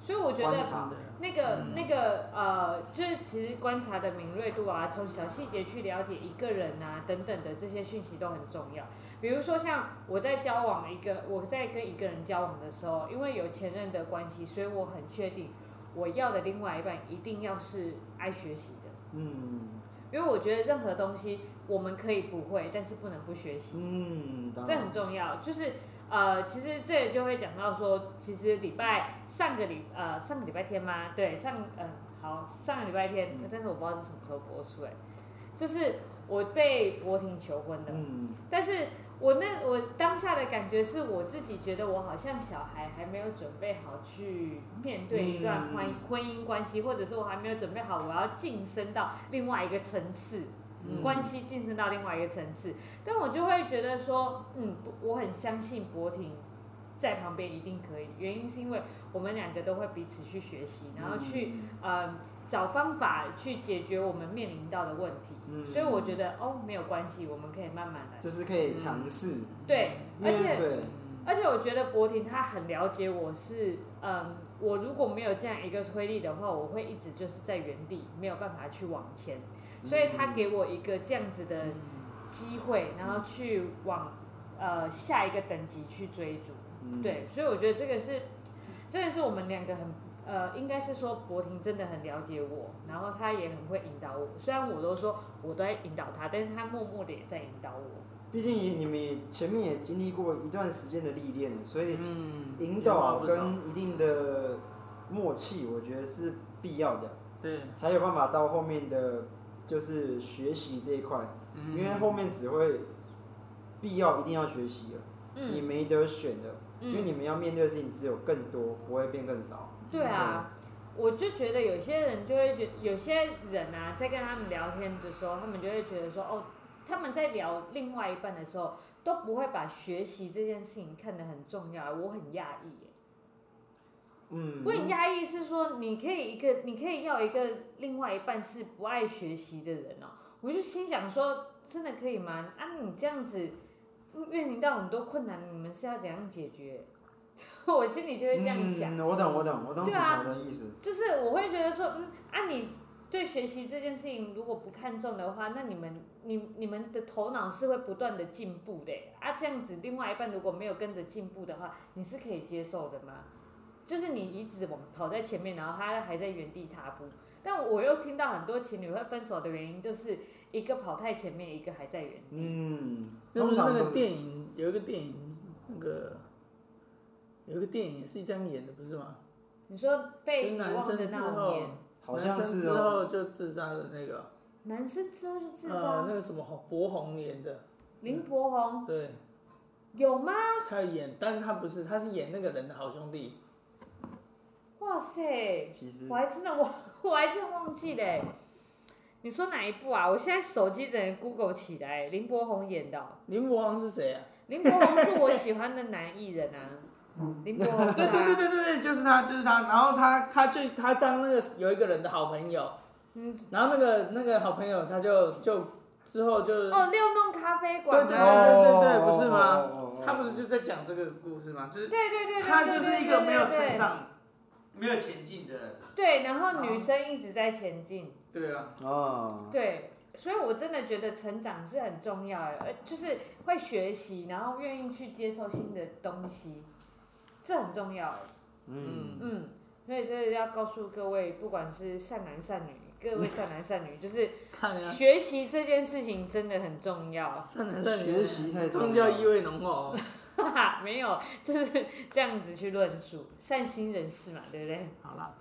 Speaker 1: 所以我觉
Speaker 3: 观
Speaker 1: 得
Speaker 3: 察，
Speaker 1: 那个、
Speaker 2: 嗯
Speaker 1: 那个呃，就是其实观察的敏锐度啊，从小细节去了解一个人啊等等的这些讯息都很重要。比如说像我在交往一个，我在跟一个人交往的时候，因为有前任的关系，所以我很确定我要的另外一半一定要是爱学习的，
Speaker 3: 嗯
Speaker 1: 因为我觉得任何东西我们可以不会，但是不能不学习。
Speaker 3: 嗯，当
Speaker 1: 这
Speaker 3: 然
Speaker 1: 很重要，就是呃，其实这也就会讲到说，其实礼拜上个礼呃上个礼拜天吗？对，上呃好上个礼拜天，
Speaker 3: 嗯
Speaker 1: 但是我不知道欸是什么时候播出哎、就是我被博婷求婚的，
Speaker 3: 嗯
Speaker 1: 但是我那我当下的感觉是我自己觉得我好像小孩还没有准备好去面对一段婚
Speaker 2: 嗯
Speaker 1: 婚姻关系，或者是我还没有准备好我要晋升到另外一个层次，
Speaker 2: 嗯
Speaker 1: 关系晋升到另外一个层次，但我就会觉得说，嗯，不我很相信博婷在旁边一定可以，原因是因为我们两个都会彼此去学习，然后去嗯，找方法去解决我们面临到的问题。
Speaker 3: 嗯
Speaker 1: 所以我觉得哦，没有关系，我们可以慢慢来。
Speaker 3: 就是可以尝试，
Speaker 2: 嗯
Speaker 1: 对，而且
Speaker 3: 对，
Speaker 1: 而且我觉得博婷她很了解我是，嗯，我如果没有这样一个推力的话，我会一直就是在原地，没有办法去往前。所以她给我一个这样子的机会，然后去往呃下一个等级去追逐。
Speaker 3: 嗯，
Speaker 1: 对，所以我觉得这个是，真的是我们两个很呃，应该是说博婷真的很了解我，然后他也很会引导我。虽然我都说我都在引导他，但是他默默的也在引导我。
Speaker 3: 毕竟也你们也前面也经历过一段时间的历练，所以
Speaker 2: 嗯
Speaker 3: 引
Speaker 2: 也花
Speaker 3: 导啊
Speaker 2: 不少
Speaker 3: 跟一定的默契，我觉得是必要的，
Speaker 2: 对，
Speaker 3: 才有办法到后面的就是学习这一块，
Speaker 2: 嗯
Speaker 3: 因为后面只会必要一定要学习了，你
Speaker 1: 嗯
Speaker 3: 没得选的，因为
Speaker 1: 嗯，
Speaker 3: 你们要面对的事情只有更多，不会变更少。
Speaker 1: 对啊。我就觉得有些人就会觉有些人啊，在跟他们聊天的时候，他们就会觉得说，哦，他们在聊另外一半的时候，都不会把学习这件事情看得很重要。我很讶异耶。
Speaker 3: 嗯，
Speaker 1: 我很压抑，是说你可以一个，你可以要一个另外一半是不爱学习的人哦、我就心想说，真的可以吗？啊，你这样子面临到很多困难，你们是要怎样解决？ 我心里就会这样想，
Speaker 3: 嗯，我懂，我懂，我懂子
Speaker 1: 对啊
Speaker 3: 乔的意思。
Speaker 1: 就是我会觉得说，嗯，啊，你对学习这件事情如果不看重的话，那你们你你们的头脑是会不断的进步的耶啊，这样子另外一半如果没有跟着进步的话，你是可以接受的吗？就是你一直往跑在前面，然后他还在原地踏步。但我又听到很多情侣会分手的原因，就是一个跑太前面，一个还在原地。
Speaker 3: 嗯，
Speaker 2: 那不
Speaker 3: 通
Speaker 2: 是那
Speaker 3: 常都
Speaker 2: 个
Speaker 3: 是
Speaker 2: 电影有一个电影那个有一个电影是这样演的，不是吗？
Speaker 1: 你说被
Speaker 2: 是
Speaker 1: 遗
Speaker 2: 男
Speaker 1: 忘
Speaker 2: 生
Speaker 1: 的
Speaker 2: 之
Speaker 1: 那
Speaker 2: 后
Speaker 1: 五年，
Speaker 3: 好像
Speaker 2: 男生
Speaker 3: 是
Speaker 2: 之
Speaker 3: 哦。
Speaker 2: 后就自杀的那个，
Speaker 1: 男生之后就自
Speaker 2: 呃，
Speaker 1: 杀
Speaker 2: 那。个什么红柏宏演的，
Speaker 1: 林柏宏
Speaker 2: 对，
Speaker 1: 有吗？
Speaker 2: 他演，但是他不是，他是演那个人的好兄弟，
Speaker 1: 哇塞！
Speaker 3: 其实
Speaker 1: 我
Speaker 2: 哦
Speaker 1: 还真的忘，我 还真的忘记嘞、你说哪一部啊？我现在手机整个 Google 起来，林柏宏演的哦、
Speaker 2: 林柏宏是谁啊？
Speaker 1: 林柏宏是我喜欢的男艺人啊。林柏 宏是
Speaker 2: 对对对
Speaker 1: 啊，
Speaker 2: 对对对，就是他，就是他。然后他他就他当那个有一个人的好朋友，
Speaker 1: 嗯，
Speaker 2: 然后那个那个好朋友他就就之后就、
Speaker 1: 哦，六弄咖啡馆
Speaker 2: 对
Speaker 1: 啊，
Speaker 2: 对对不是吗
Speaker 3: 吗
Speaker 2: 他不是就在讲这个故事吗？就是
Speaker 1: 对对对对，
Speaker 2: 他就是一个没有
Speaker 1: 对对
Speaker 2: 成
Speaker 1: 对
Speaker 2: 长、没有前进的人。
Speaker 1: 对，然后女生一直在前进，
Speaker 2: 对啊，
Speaker 3: 啊？
Speaker 1: 对，所以我真的觉得成长是很重要的，呃，就是会学习，然后愿意去接受新的东西，这很重要。
Speaker 3: 嗯，
Speaker 2: 嗯，
Speaker 1: 嗯，所以这要告诉各位，不管是善男善女，各位善男善 女，就是
Speaker 2: 看啊，
Speaker 1: 学习这件事情真的很重要。
Speaker 2: 善男善女
Speaker 3: 学，习太重
Speaker 2: 宗
Speaker 3: 要
Speaker 2: 教
Speaker 3: 了
Speaker 2: 意味浓厚哦。
Speaker 1: 哈哈，没有， 就是这样子去论述，善心人士嘛，对不对？
Speaker 2: 好啦，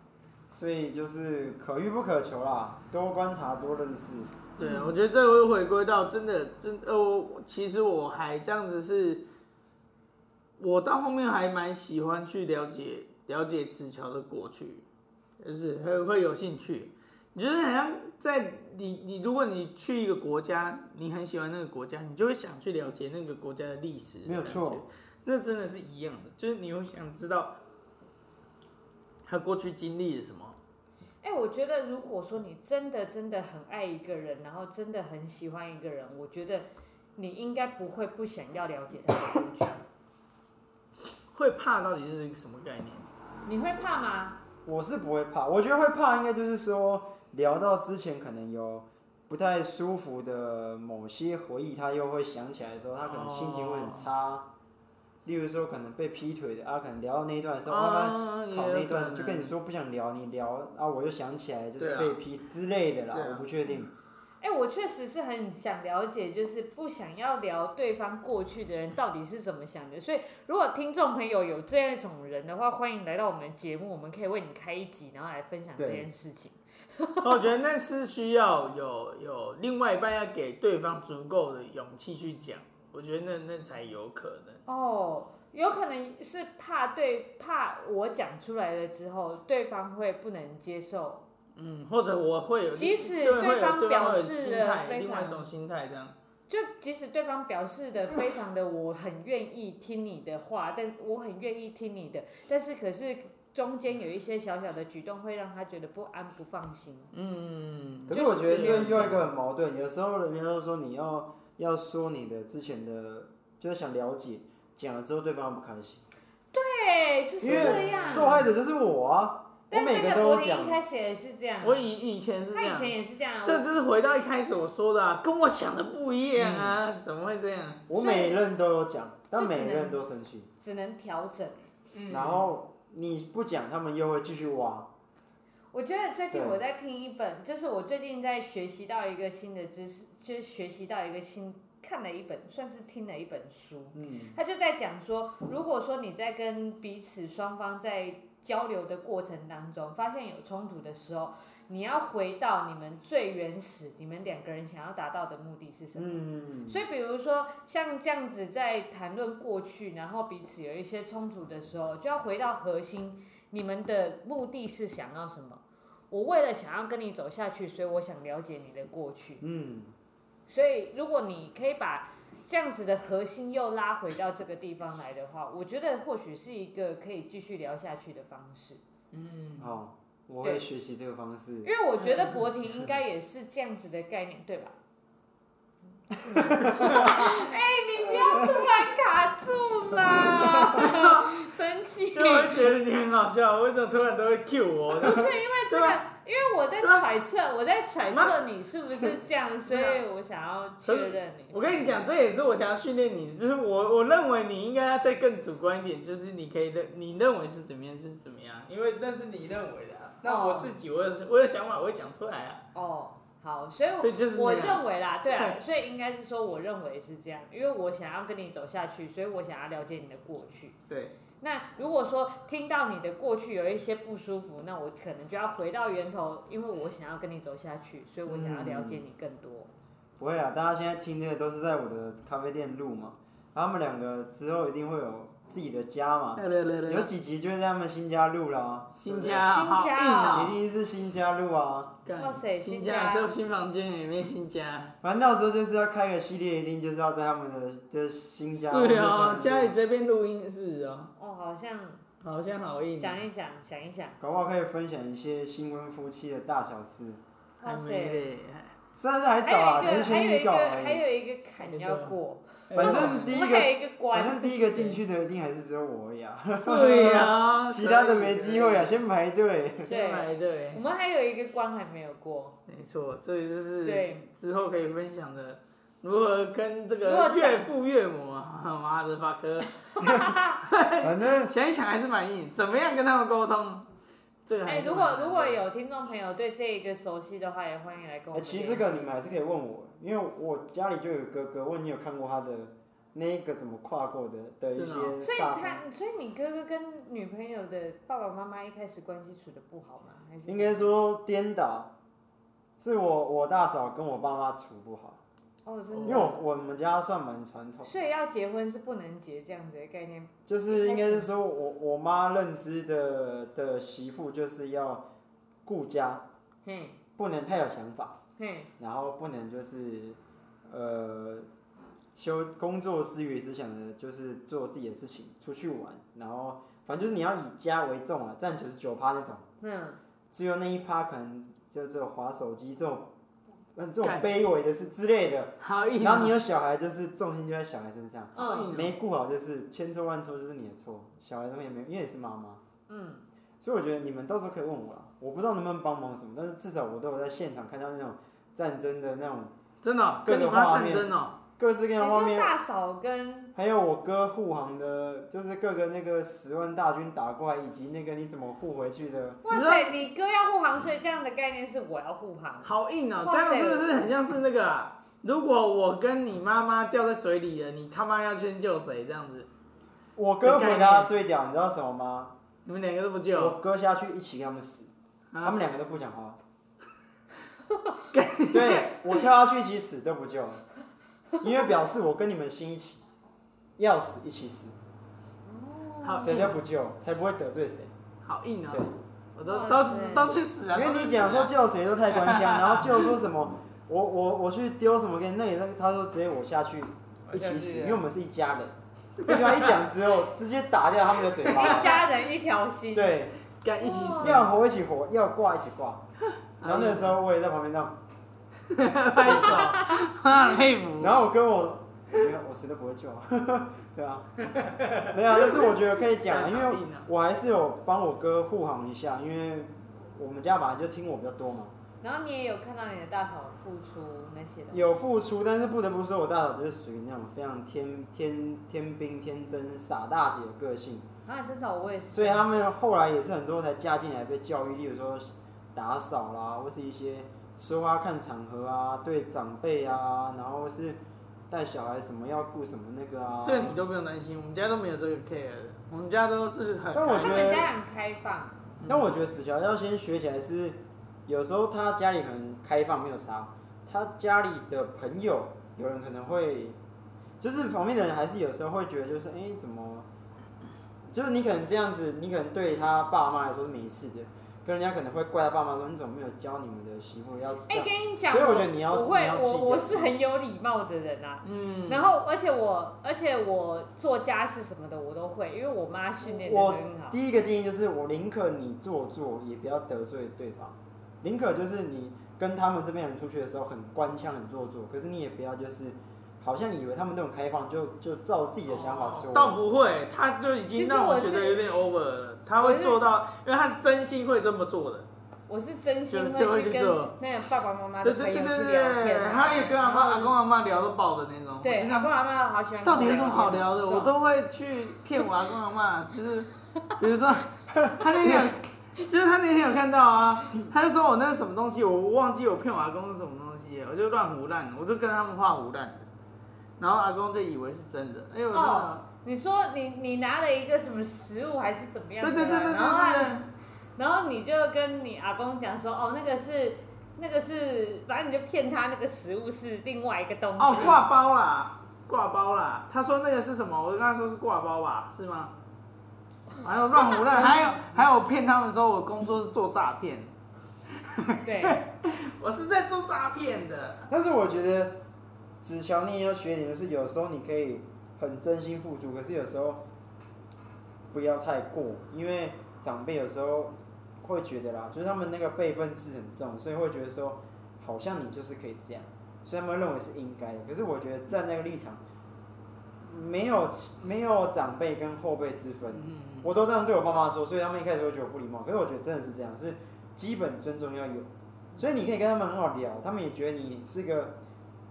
Speaker 3: 所以就是可遇不可求啦，多观察，多认识。
Speaker 2: 对，我觉得这个会回归到真的真呃，我其实我还这样子是，我到后面还蛮喜欢去了解了解子乔的过去，就是会会有兴趣。你就是好像在你你如果你去一个国家，你很喜欢那个国家，你就会想去了解那个国家的历史，
Speaker 3: 没有错。
Speaker 2: 那真的是一样的，就是你会想知道他过去经历了什么。
Speaker 1: 哎、我觉得如果说你真的真的很爱一个人，然后真的很喜欢一个人，我觉得你应该不会不想要了解他的过去。
Speaker 2: 会怕到底是一个什么概念？
Speaker 1: 你会怕吗？
Speaker 3: 我是不会怕，我觉得会怕应该就是说聊到之前可能有不太舒服的某些回忆，他又会想起来的时候，他可能心情会很差。
Speaker 2: 哦
Speaker 3: 例如说可能被劈腿的啊，可能聊到那一段的时候，慢慢
Speaker 1: 哦
Speaker 2: 啊
Speaker 3: 考那一段，就跟你
Speaker 2: 说，
Speaker 3: 说不想聊，你聊啊，我又想起来就
Speaker 2: 对
Speaker 3: 是
Speaker 2: 啊
Speaker 3: 被批之类的啦，
Speaker 2: 对啊
Speaker 3: 我不确定。
Speaker 1: 哎、我确实是很想了解，就是不想要聊对方过去的人到底是怎么想的。所以，如果听众朋友有这样一种人的话，欢迎来到我们的节目，我们可以为你开一集，然后来分享这
Speaker 3: 对
Speaker 1: 件事情。
Speaker 2: 哦我觉得那是需要有有另外一半要给对方足够的勇气去讲，我觉得那那才有可能。
Speaker 1: 哦，有可能是怕对怕我讲出来了之后，对方会不能接受。
Speaker 2: 嗯，或者我会有，
Speaker 1: 即使
Speaker 2: 对会有
Speaker 1: 方
Speaker 2: 对
Speaker 1: 表
Speaker 2: 方有
Speaker 1: 示
Speaker 2: 心
Speaker 1: 了
Speaker 2: 态，
Speaker 1: 非
Speaker 2: 另外一
Speaker 1: 常
Speaker 2: 种心态这样。
Speaker 1: 就即使对方表示的非常的我很愿意听你的话，但我很愿意听你的，但是可是中间有一些小小的举动会让他觉得不安不放心。
Speaker 2: 嗯，
Speaker 3: 可是我觉得这
Speaker 2: 就是这
Speaker 3: 又一
Speaker 2: 样
Speaker 3: 个很矛盾，有时候人家都说你要要说你的之前的，就是想了解，讲了之后对方不开心，
Speaker 1: 对，就是
Speaker 3: 因
Speaker 1: 这
Speaker 3: 为
Speaker 1: 样。
Speaker 3: 受害者就是我啊，我
Speaker 1: 但
Speaker 3: 每
Speaker 1: 这
Speaker 3: 都
Speaker 1: 个
Speaker 3: 有
Speaker 1: 柏林
Speaker 3: 讲
Speaker 1: 一，开始也是这样，
Speaker 2: 我以以前是这
Speaker 1: 嗯他以
Speaker 2: 样，
Speaker 1: 前也是这样。
Speaker 2: 这就是回到一开始我说的、啊，跟我想的不一样啊，
Speaker 3: 嗯
Speaker 2: 怎么会这样？
Speaker 3: 我每一任都有讲，但
Speaker 1: 就只
Speaker 3: 每一任
Speaker 1: 能
Speaker 3: 都生气，
Speaker 1: 我只能调整。
Speaker 2: 嗯
Speaker 3: 然后你不讲，他们又会继续挖，
Speaker 1: 我觉得最近
Speaker 3: 对
Speaker 1: 我在听一本，就是我最近在学习到一个新的知识，就是学习到一个新，看了一本，算是听了一本书。
Speaker 3: 嗯，
Speaker 1: 他就在讲说，如果说你在跟彼此双方在交流的过程当中，发现有冲突的时候，你要回到你们最原始，你们两个人想要达到的目的是什么？
Speaker 3: 嗯，
Speaker 1: 所以，比如说像这样子在谈论过去，然后彼此有一些冲突的时候，就要回到核心，你们的目的是想要什么？我为了想要跟你走下去，所以我想了解你的过去。
Speaker 3: 嗯，
Speaker 1: 所以，如果你可以把这样子的核心又拉回到这个地方来的话，我觉得或许是一个可以继续聊下去的方式。
Speaker 2: 嗯，
Speaker 3: 好，我
Speaker 1: 对
Speaker 3: 会学习这个方式
Speaker 1: 因。为我觉得博婷应该也是这样子的概念，对吧？
Speaker 2: 嗯
Speaker 1: 是吗哎、你不要突然卡 住啦，生气。
Speaker 2: 就我会觉得你很好笑，为什么突然都会 Q 我？
Speaker 1: 不是因为这
Speaker 2: 对
Speaker 1: 个，因为我在
Speaker 2: 是吧
Speaker 1: 揣测，我在揣测
Speaker 2: 妈啊
Speaker 1: 你是不是这样，所以我想要确认你。
Speaker 2: 我跟你讲，，这也是我想要训练你，就是我我认为你应该要再更主观一点，就是你可以认你认为是怎么样就是怎么样，因为那是你认为的、啊，
Speaker 3: 哦
Speaker 2: 那我自己我有我有想法我会讲出来啊，
Speaker 1: 哦，好，所以我
Speaker 2: 所以就是
Speaker 1: 我
Speaker 2: 那样
Speaker 1: 认为啦，对啦，
Speaker 2: 对
Speaker 1: 所以应该是说，我认为是这样，因为我想要跟你走下去，所以我想要了解你的过去。
Speaker 2: 对，
Speaker 1: 那如果说听到你的过去有一些不舒服，那我可能就要回到源头，因为我想要跟你走下去，所以我想要了解你更多。
Speaker 3: 不会啊，大家现在听这个都是在我的咖啡店录嘛，他们两个之后一定会有自己的家嘛，
Speaker 2: 来来
Speaker 3: 有几集就是在他们新家录啊啦，
Speaker 2: 新家好
Speaker 1: 新
Speaker 2: 硬
Speaker 1: 家
Speaker 2: 啊、
Speaker 1: 哦
Speaker 3: 一定是新家录啊，
Speaker 2: 干
Speaker 1: 哇塞
Speaker 2: 新
Speaker 1: 新家
Speaker 2: 这新房间里面新家，
Speaker 3: 反正到时候就是要开个系列，一定就是要在他们的这新
Speaker 2: 是
Speaker 3: 家或者小
Speaker 2: 哦，
Speaker 3: 新
Speaker 2: 家里这边录音室哦，
Speaker 1: 哦，好像
Speaker 2: 好像好硬、啊
Speaker 1: 想，一想，想一想，
Speaker 3: 搞不好可以分享一些新婚夫妻的大小事，
Speaker 1: 哇
Speaker 2: 还没
Speaker 1: 塞！
Speaker 2: 嘞，
Speaker 3: 虽然是还早
Speaker 1: 还
Speaker 3: 啊，
Speaker 1: 有
Speaker 3: 只
Speaker 1: 一
Speaker 3: 是
Speaker 1: 个，还
Speaker 3: 先
Speaker 1: 有一
Speaker 3: 预
Speaker 1: 个
Speaker 3: 告，
Speaker 1: 还
Speaker 3: 而已。
Speaker 1: 有一个坎要过，
Speaker 3: 反正
Speaker 1: 我
Speaker 3: 第一
Speaker 1: 们
Speaker 3: 个
Speaker 1: 还有一个
Speaker 3: 反
Speaker 1: 关，
Speaker 3: 正第一个进去的一定还是只有我呀，
Speaker 2: 对啊，
Speaker 3: 其他的没机会啊，，先排队。
Speaker 2: 先排队
Speaker 1: 我。们还有一个关还没有过。
Speaker 2: 没错，这就是
Speaker 1: 对
Speaker 2: 之后可以分享的如何跟这
Speaker 1: 如何
Speaker 2: 个
Speaker 1: 讲
Speaker 2: 岳父岳母啊， 妈的巴科，
Speaker 3: 反正
Speaker 2: 想一想还是满意，怎么样跟他们沟通？这个
Speaker 1: 哎、
Speaker 2: 还是
Speaker 1: 如
Speaker 2: 蛮难
Speaker 1: 果
Speaker 2: 的
Speaker 1: 如果有听众朋友对这一个熟悉的话，也欢迎来跟我
Speaker 3: 哎、
Speaker 1: 们联系。
Speaker 3: 其实这个你们还是可以问我，因为我家里就有哥哥，问你有看过他的那一个怎么跨过的的一
Speaker 2: 真的哦
Speaker 1: 所
Speaker 3: 些
Speaker 1: 以
Speaker 3: 大方，
Speaker 1: 他，所以你哥哥跟女朋友的爸爸妈妈一开始关系处的不好吗？还是
Speaker 3: 应该说颠倒，是我我大嫂跟我爸妈处不好，
Speaker 1: 哦，真
Speaker 3: 因
Speaker 1: 的
Speaker 3: 为我我们家算蛮传统
Speaker 1: 哦，，所以要结婚是不能结这样子的概念。
Speaker 3: 就是应该是说我我妈认知的的媳妇就是要顾家，
Speaker 1: 嘿，
Speaker 3: 不能太有想法，
Speaker 1: 嘿，
Speaker 3: 然后不能就是呃休工作之余只想着就是做自己的事情，出去玩，然后反正就是你要以家为重啊，占九十九趴那种，
Speaker 1: 嗯，
Speaker 3: 只有那一趴可能就只有划手机这种。嗯，这种
Speaker 2: 干
Speaker 3: 卑微的事之类的，
Speaker 2: 好
Speaker 1: 哎
Speaker 2: 硬
Speaker 3: 然后你
Speaker 2: 哦，
Speaker 3: 有小孩，就是重心就在小孩身上，
Speaker 2: 好
Speaker 1: 嗯，
Speaker 2: 硬哦，
Speaker 3: 没顾好就是千错万错就是你的错，小孩他们也没有，因为你是妈妈，
Speaker 1: 嗯，
Speaker 3: 所以我觉得你们到时候可以问我啦，我不知道能不能帮忙什么，但是至少我都有在现场看到那种战争的那种
Speaker 2: 真的哦
Speaker 3: 各
Speaker 2: 跟你
Speaker 3: 个
Speaker 2: 妈
Speaker 3: 画
Speaker 2: 战
Speaker 3: 面
Speaker 2: 争哦，
Speaker 3: 各式各
Speaker 1: 你
Speaker 3: 样的画
Speaker 1: 说
Speaker 3: 面，
Speaker 1: 哎大嫂跟
Speaker 3: 还有我哥护航的，就是各个那个十万大军打过来，以及那个你怎么护回去的，
Speaker 1: 哇塞，你哥要护航，所以这样的概念是我要护航。
Speaker 2: 好硬哦，
Speaker 1: 哇
Speaker 2: 这
Speaker 1: 塞
Speaker 2: 样是不是很像是那个啊？如果我跟你妈妈掉在水里了，你他妈要先救谁？这样子，
Speaker 3: 我哥回答最屌，你知道什么吗？
Speaker 2: 你们两个都不救，
Speaker 3: 我哥下去一起跟他们死，他
Speaker 2: 啊
Speaker 3: 们两个都不讲话。对我跳下去一起死都不救，因为表示我跟你们心一起，要死一起死，
Speaker 2: 好
Speaker 3: 谁
Speaker 2: 硬
Speaker 3: 都不救，才不会得罪谁。
Speaker 2: 好硬哦
Speaker 3: 对，
Speaker 2: 我都
Speaker 5: 哇
Speaker 2: 都
Speaker 5: 塞
Speaker 2: 都去死啊！
Speaker 3: 因
Speaker 2: 都
Speaker 3: 为
Speaker 2: 去
Speaker 3: 你
Speaker 2: 死
Speaker 3: 讲
Speaker 2: 啊
Speaker 3: 说救谁都太官腔，然后救说什么我我我去丢什么给你，那也是他说直接我下去一起死，因为我们是一家人。这句话一讲之后，直接打掉他们的嘴巴
Speaker 5: 一。家人一条心，
Speaker 3: 对，
Speaker 2: 干一起死，
Speaker 3: 要活一起活，要挂一起 挂。然后那时候我也在旁边这样，
Speaker 2: 拍手， 很佩服。
Speaker 3: 然后我跟我没有，我谁都不会救啊， 对啊，没有啊，但是我觉得可以讲啊，因为我还是有帮我哥护航一下，因为我们家本来就听我比较多嘛，
Speaker 1: 然后你也有看到你的大嫂付出那些的，
Speaker 3: 有付出，但是不得不说，我大嫂就是属于那种非常天天天兵天真傻大姐的个性，
Speaker 1: 啊，真的我也是，
Speaker 3: 所以他们后来也是很多才嫁进来被教育，例如说打扫啦，或是一些说话看场合啊，对长辈啊，然后是带小孩什么要顾什么那个啊。
Speaker 2: 这个你都不用担心，我们家都没有这个 care，的我们家都是很。
Speaker 3: 但我
Speaker 1: 他
Speaker 3: 觉
Speaker 1: 们
Speaker 3: 得
Speaker 1: 家很开放，
Speaker 3: 但我觉得子乔要先学起来是，有时候他家里很开放没有啥，他家里的朋友有人可能会，就是旁边的人还是有时候会觉得就是哎、诶怎么，就是你可能这样子，你可能对他爸妈来说是没事的，跟人家可能会怪他爸妈说你怎么没有教你们的媳妇要这
Speaker 1: 哎、
Speaker 3: 样，
Speaker 1: 跟你讲，
Speaker 3: 所以我觉得你要
Speaker 1: 我
Speaker 3: 你
Speaker 1: 会
Speaker 3: 要记
Speaker 1: 我
Speaker 3: 得
Speaker 1: 我是很有礼貌的人啊，
Speaker 2: 嗯，
Speaker 1: 然后而且我而且我做家事什么的我都会，因为我妈训练的
Speaker 3: 我
Speaker 1: 很好，
Speaker 3: 第一个建议就是，我宁可你做作，也不要得罪对方。宁可就是你跟他们这边人出去的时候很官腔、很做作，可是你也不要就是好像以为他们都很开放，就就照自己的想法说。
Speaker 2: 倒不会，他就已
Speaker 1: 其
Speaker 2: 经
Speaker 1: 实
Speaker 2: 让
Speaker 1: 我
Speaker 2: 觉
Speaker 1: 是
Speaker 2: 得有点 over 了。他会做到，因为他是真心会这么做的。
Speaker 1: 我是真心
Speaker 2: 就就会
Speaker 1: 去
Speaker 2: 去
Speaker 1: 跟
Speaker 2: 做
Speaker 1: 那个爸爸妈妈
Speaker 2: 对
Speaker 1: 的朋
Speaker 2: 对
Speaker 1: 友
Speaker 2: 对
Speaker 1: 去
Speaker 2: 对
Speaker 1: 聊天
Speaker 2: 对，
Speaker 1: 啊，
Speaker 2: 他也跟阿妈、
Speaker 1: 然后
Speaker 2: 阿公阿妈聊到爆的那种。我
Speaker 1: 对，
Speaker 2: 就
Speaker 1: 阿
Speaker 2: 想
Speaker 1: 公阿妈好喜欢跟
Speaker 2: 到
Speaker 1: 我
Speaker 2: 底
Speaker 1: 聊天
Speaker 2: 有
Speaker 1: 哦。
Speaker 2: 什么好聊的？
Speaker 1: 这种
Speaker 2: 我都会去骗我阿公阿妈， 就是比如说他那天有，就是他那天有看到啊，他就说我那是什么东西，我忘记我骗我阿公是什么东西了，我就乱胡乱，我就跟他们画胡乱的，然后阿公就以为是真的，哎、我真的。
Speaker 1: 哦你说你你拿了一个什么食物还是怎么
Speaker 2: 对
Speaker 1: 样的
Speaker 2: 对
Speaker 1: 啊？
Speaker 2: 对对对
Speaker 1: 然后他
Speaker 2: 对对，
Speaker 1: 然后你就跟你阿公讲说，哦，那个是那个是，反正你就骗他那个食物是另外一个东西。
Speaker 2: 哦，挂包啦，挂包啦。他说那个是什么？我就跟他说是挂包吧，是吗？还有乱胡乱，还有还有骗他们说我工作是做诈骗，
Speaker 1: 对，
Speaker 2: 我是在做诈骗的。
Speaker 3: 但是我觉得子乔你也要学一点，就是有时候你可以很真心付出，可是有时候不要太过，因为长辈有时候会觉得啦，就是他们那个辈分制很重，所以会觉得说好像你就是可以这样，所以他们认为是应该的。可是我觉得站那个立场，没有没有长辈跟后辈之分，
Speaker 2: 嗯，
Speaker 3: 我都这样对我爸妈说，所以他们一开始会觉得我不礼貌。可是我觉得真的是这样，是基本尊重要有。所以你可以跟他们很好聊，他们也觉得你是个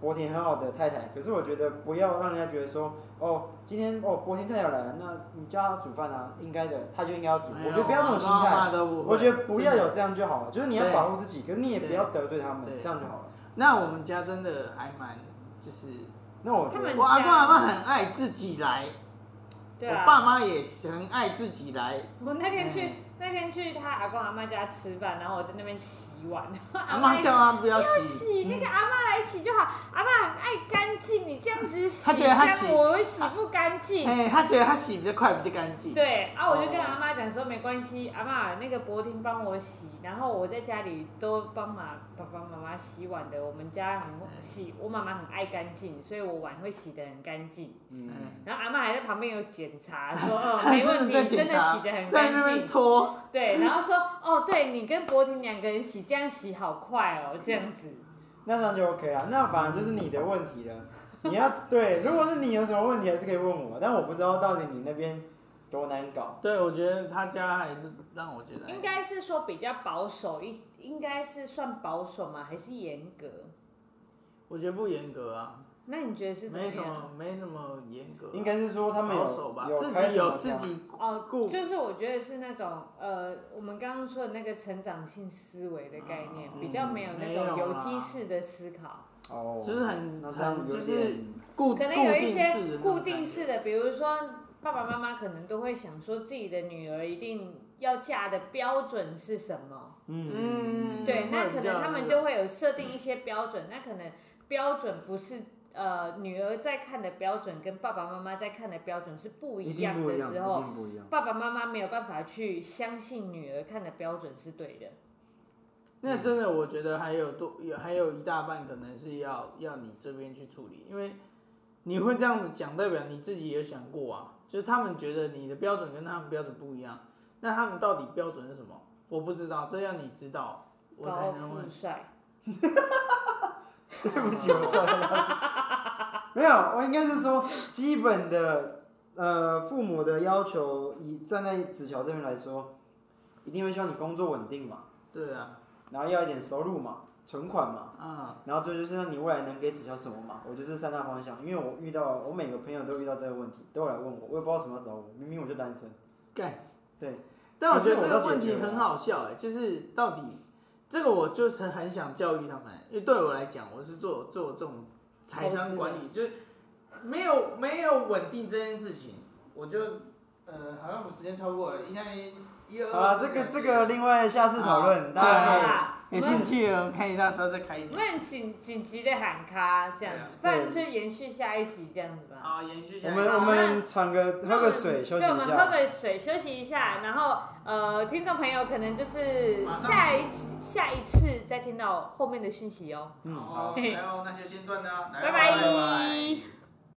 Speaker 3: 博婷很好的太太。可是我觉得不要让人家觉得说，哦，今天哦博婷太太来了，那你叫她煮饭啊，应该的，她就应该要煮。我觉得不要那种心
Speaker 2: 哎啊妈
Speaker 3: 态
Speaker 2: 妈，都不会
Speaker 3: 我觉得不要有这样就好了，就是你要
Speaker 2: 对
Speaker 3: 保护自己，可是你也不
Speaker 2: 对
Speaker 3: 要得罪他们
Speaker 2: 对，
Speaker 3: 这样就好了。
Speaker 2: 那我们家真的还蛮，就是
Speaker 3: 那我觉
Speaker 1: 他们
Speaker 3: 得
Speaker 2: 我阿公阿妈很爱自己来，
Speaker 1: 对
Speaker 2: 我
Speaker 1: 啊。
Speaker 2: 爸妈也很爱自己来。
Speaker 1: 我那天去、
Speaker 2: 哎
Speaker 1: 那天去他阿公阿妈家吃饭，然后我在那边洗碗，
Speaker 2: 阿
Speaker 1: 嬷
Speaker 2: 妈叫他不要洗，嗯
Speaker 1: 洗那个阿妈来洗就好，阿妈很爱干净，你这样子洗，
Speaker 2: 她觉得她
Speaker 1: 这样
Speaker 2: 洗
Speaker 1: 我会洗不干净。
Speaker 2: 哎，他觉得他洗比较快，比较干净。
Speaker 1: 对，啊，我就跟
Speaker 2: 哦
Speaker 1: 阿妈讲说没关系，阿妈那个博婷帮我洗，然后我在家里都帮妈爸爸妈妈洗碗的，我们家很
Speaker 2: 哎
Speaker 1: 洗，我妈妈很爱干净，所以我碗会洗得很干净。
Speaker 3: 嗯，
Speaker 2: 嗯，
Speaker 1: 然后阿妈还在旁边有检查说， 哦，
Speaker 2: 他
Speaker 1: 没
Speaker 2: 真
Speaker 1: 问
Speaker 2: 的在
Speaker 1: 题，真
Speaker 2: 检
Speaker 1: 的
Speaker 2: 查
Speaker 1: 洗得，很
Speaker 2: 哎在那
Speaker 1: 干
Speaker 2: 边
Speaker 1: 净。
Speaker 2: 搓。
Speaker 1: 对，然后说，哦，对你跟博婷两个人洗，这样洗好快哦，这样子。
Speaker 2: 嗯
Speaker 3: 那这样就 OK 了。那反而就是你的问题了。你要对，如果是你有什么问题，还是可以问我，但我不知道到底你那边多难搞。
Speaker 2: 对，我觉得他家还是让我觉得
Speaker 1: 应该是说比较保守一，应该是算保守吗？还是严格？
Speaker 2: 我觉得不严格啊，
Speaker 1: 那你觉得是怎么
Speaker 2: 没什
Speaker 1: 样？
Speaker 2: 么没什么严格啊，
Speaker 3: 应该是说他们有
Speaker 2: 保守吧，
Speaker 3: 有
Speaker 2: 自
Speaker 3: 开
Speaker 2: 己
Speaker 3: 什么
Speaker 2: 有自己
Speaker 1: 哦，
Speaker 2: 顾
Speaker 1: 就是我觉得是那种呃，我们刚刚说的那个成长性思维的概念，
Speaker 3: 嗯
Speaker 1: 比较没有那
Speaker 2: 没有
Speaker 1: 种
Speaker 2: 啦
Speaker 1: 有机式的思考，
Speaker 3: 讲哦，
Speaker 2: 就是很
Speaker 3: 那这样
Speaker 2: 很
Speaker 3: 有
Speaker 2: 就
Speaker 3: 点
Speaker 2: 是固
Speaker 1: 可能有一
Speaker 2: 固定式
Speaker 1: 些
Speaker 2: 的
Speaker 1: 固定
Speaker 2: 式
Speaker 1: 式的，比如说爸爸妈妈可能都会想说自己的女儿一定要嫁的标准是什么，
Speaker 3: 嗯
Speaker 2: 嗯
Speaker 1: 对，
Speaker 2: 会
Speaker 1: 那
Speaker 2: 比
Speaker 1: 可
Speaker 2: 较
Speaker 1: 能他
Speaker 2: 那
Speaker 1: 们
Speaker 2: 个
Speaker 1: 就会有设定一些标准，那可能标准不是呃女儿在看的标准跟爸爸妈妈在看的标准是不
Speaker 3: 一
Speaker 1: 一
Speaker 3: 定
Speaker 1: 样
Speaker 3: 不一
Speaker 1: 的
Speaker 3: 样，
Speaker 1: 时
Speaker 3: 一
Speaker 1: 候，
Speaker 3: 定不一样。
Speaker 1: 爸爸妈妈没有办法去相信女儿看的标准是对的。
Speaker 2: 那真的，我觉得还有多有还有一大半可能是要要你这边去处理，因为你会这样子讲，代表你自己也想过啊，就是他们觉得你的标准跟他们标准不一样，那他们到底标准是什么？我不知道，这要你知道，我才
Speaker 1: 高
Speaker 2: 能问
Speaker 1: 富。帅，
Speaker 3: 对不起，我笑得要死。没有，我应该是说基本的，呃，父母的要求，以站在子乔这边来说，一定会希望你工作稳定嘛，
Speaker 2: 对啊，
Speaker 3: 然后要一点收入嘛，存款嘛，
Speaker 2: 啊、
Speaker 3: 然后这就是让你未来能给子乔什么嘛。我觉得这三大方向，因为我遇到我每个朋友都遇到这个问题，都有来问我，我也不知道什么要找我，明明我就单身。
Speaker 2: 干。
Speaker 3: 对，
Speaker 2: 但我觉得
Speaker 3: 可
Speaker 2: 这
Speaker 3: 是我
Speaker 2: 个
Speaker 3: 都
Speaker 2: 问
Speaker 3: 解决
Speaker 2: 题
Speaker 3: 了
Speaker 2: 很好笑哎、就是到底这个我就是很想教育他们、欸因为对我来讲，我是做做这种财商管理，就是没有没有稳定这件事情，我就呃，好像我们时间超过了，应该一二
Speaker 3: 好啊了，这个这个另外下次讨
Speaker 1: 啊
Speaker 3: 论，大
Speaker 2: 对啊
Speaker 3: 家可以。
Speaker 1: 啦，我
Speaker 2: 有兴
Speaker 1: 们
Speaker 2: 趣的，我们看你到时候再开一
Speaker 1: 我
Speaker 2: 讲。
Speaker 1: 们紧紧急的喊卡这样
Speaker 2: 对啊啊
Speaker 1: 子，不然就延续下一集这样子吧。
Speaker 2: 好，延续下
Speaker 1: 啊
Speaker 3: 我
Speaker 2: 来。
Speaker 3: 们我们喘个喝个水休息
Speaker 1: 对，我
Speaker 3: 一
Speaker 1: 们喝
Speaker 3: 下。
Speaker 1: 个水休息一下，然后呃，听众朋友可能就是
Speaker 2: 马上
Speaker 1: 下一次下一次再听到后面的讯息哦，
Speaker 3: 嗯，好
Speaker 2: 好，。来哦，那就先断了啊，来哦
Speaker 1: 拜拜
Speaker 2: 拜拜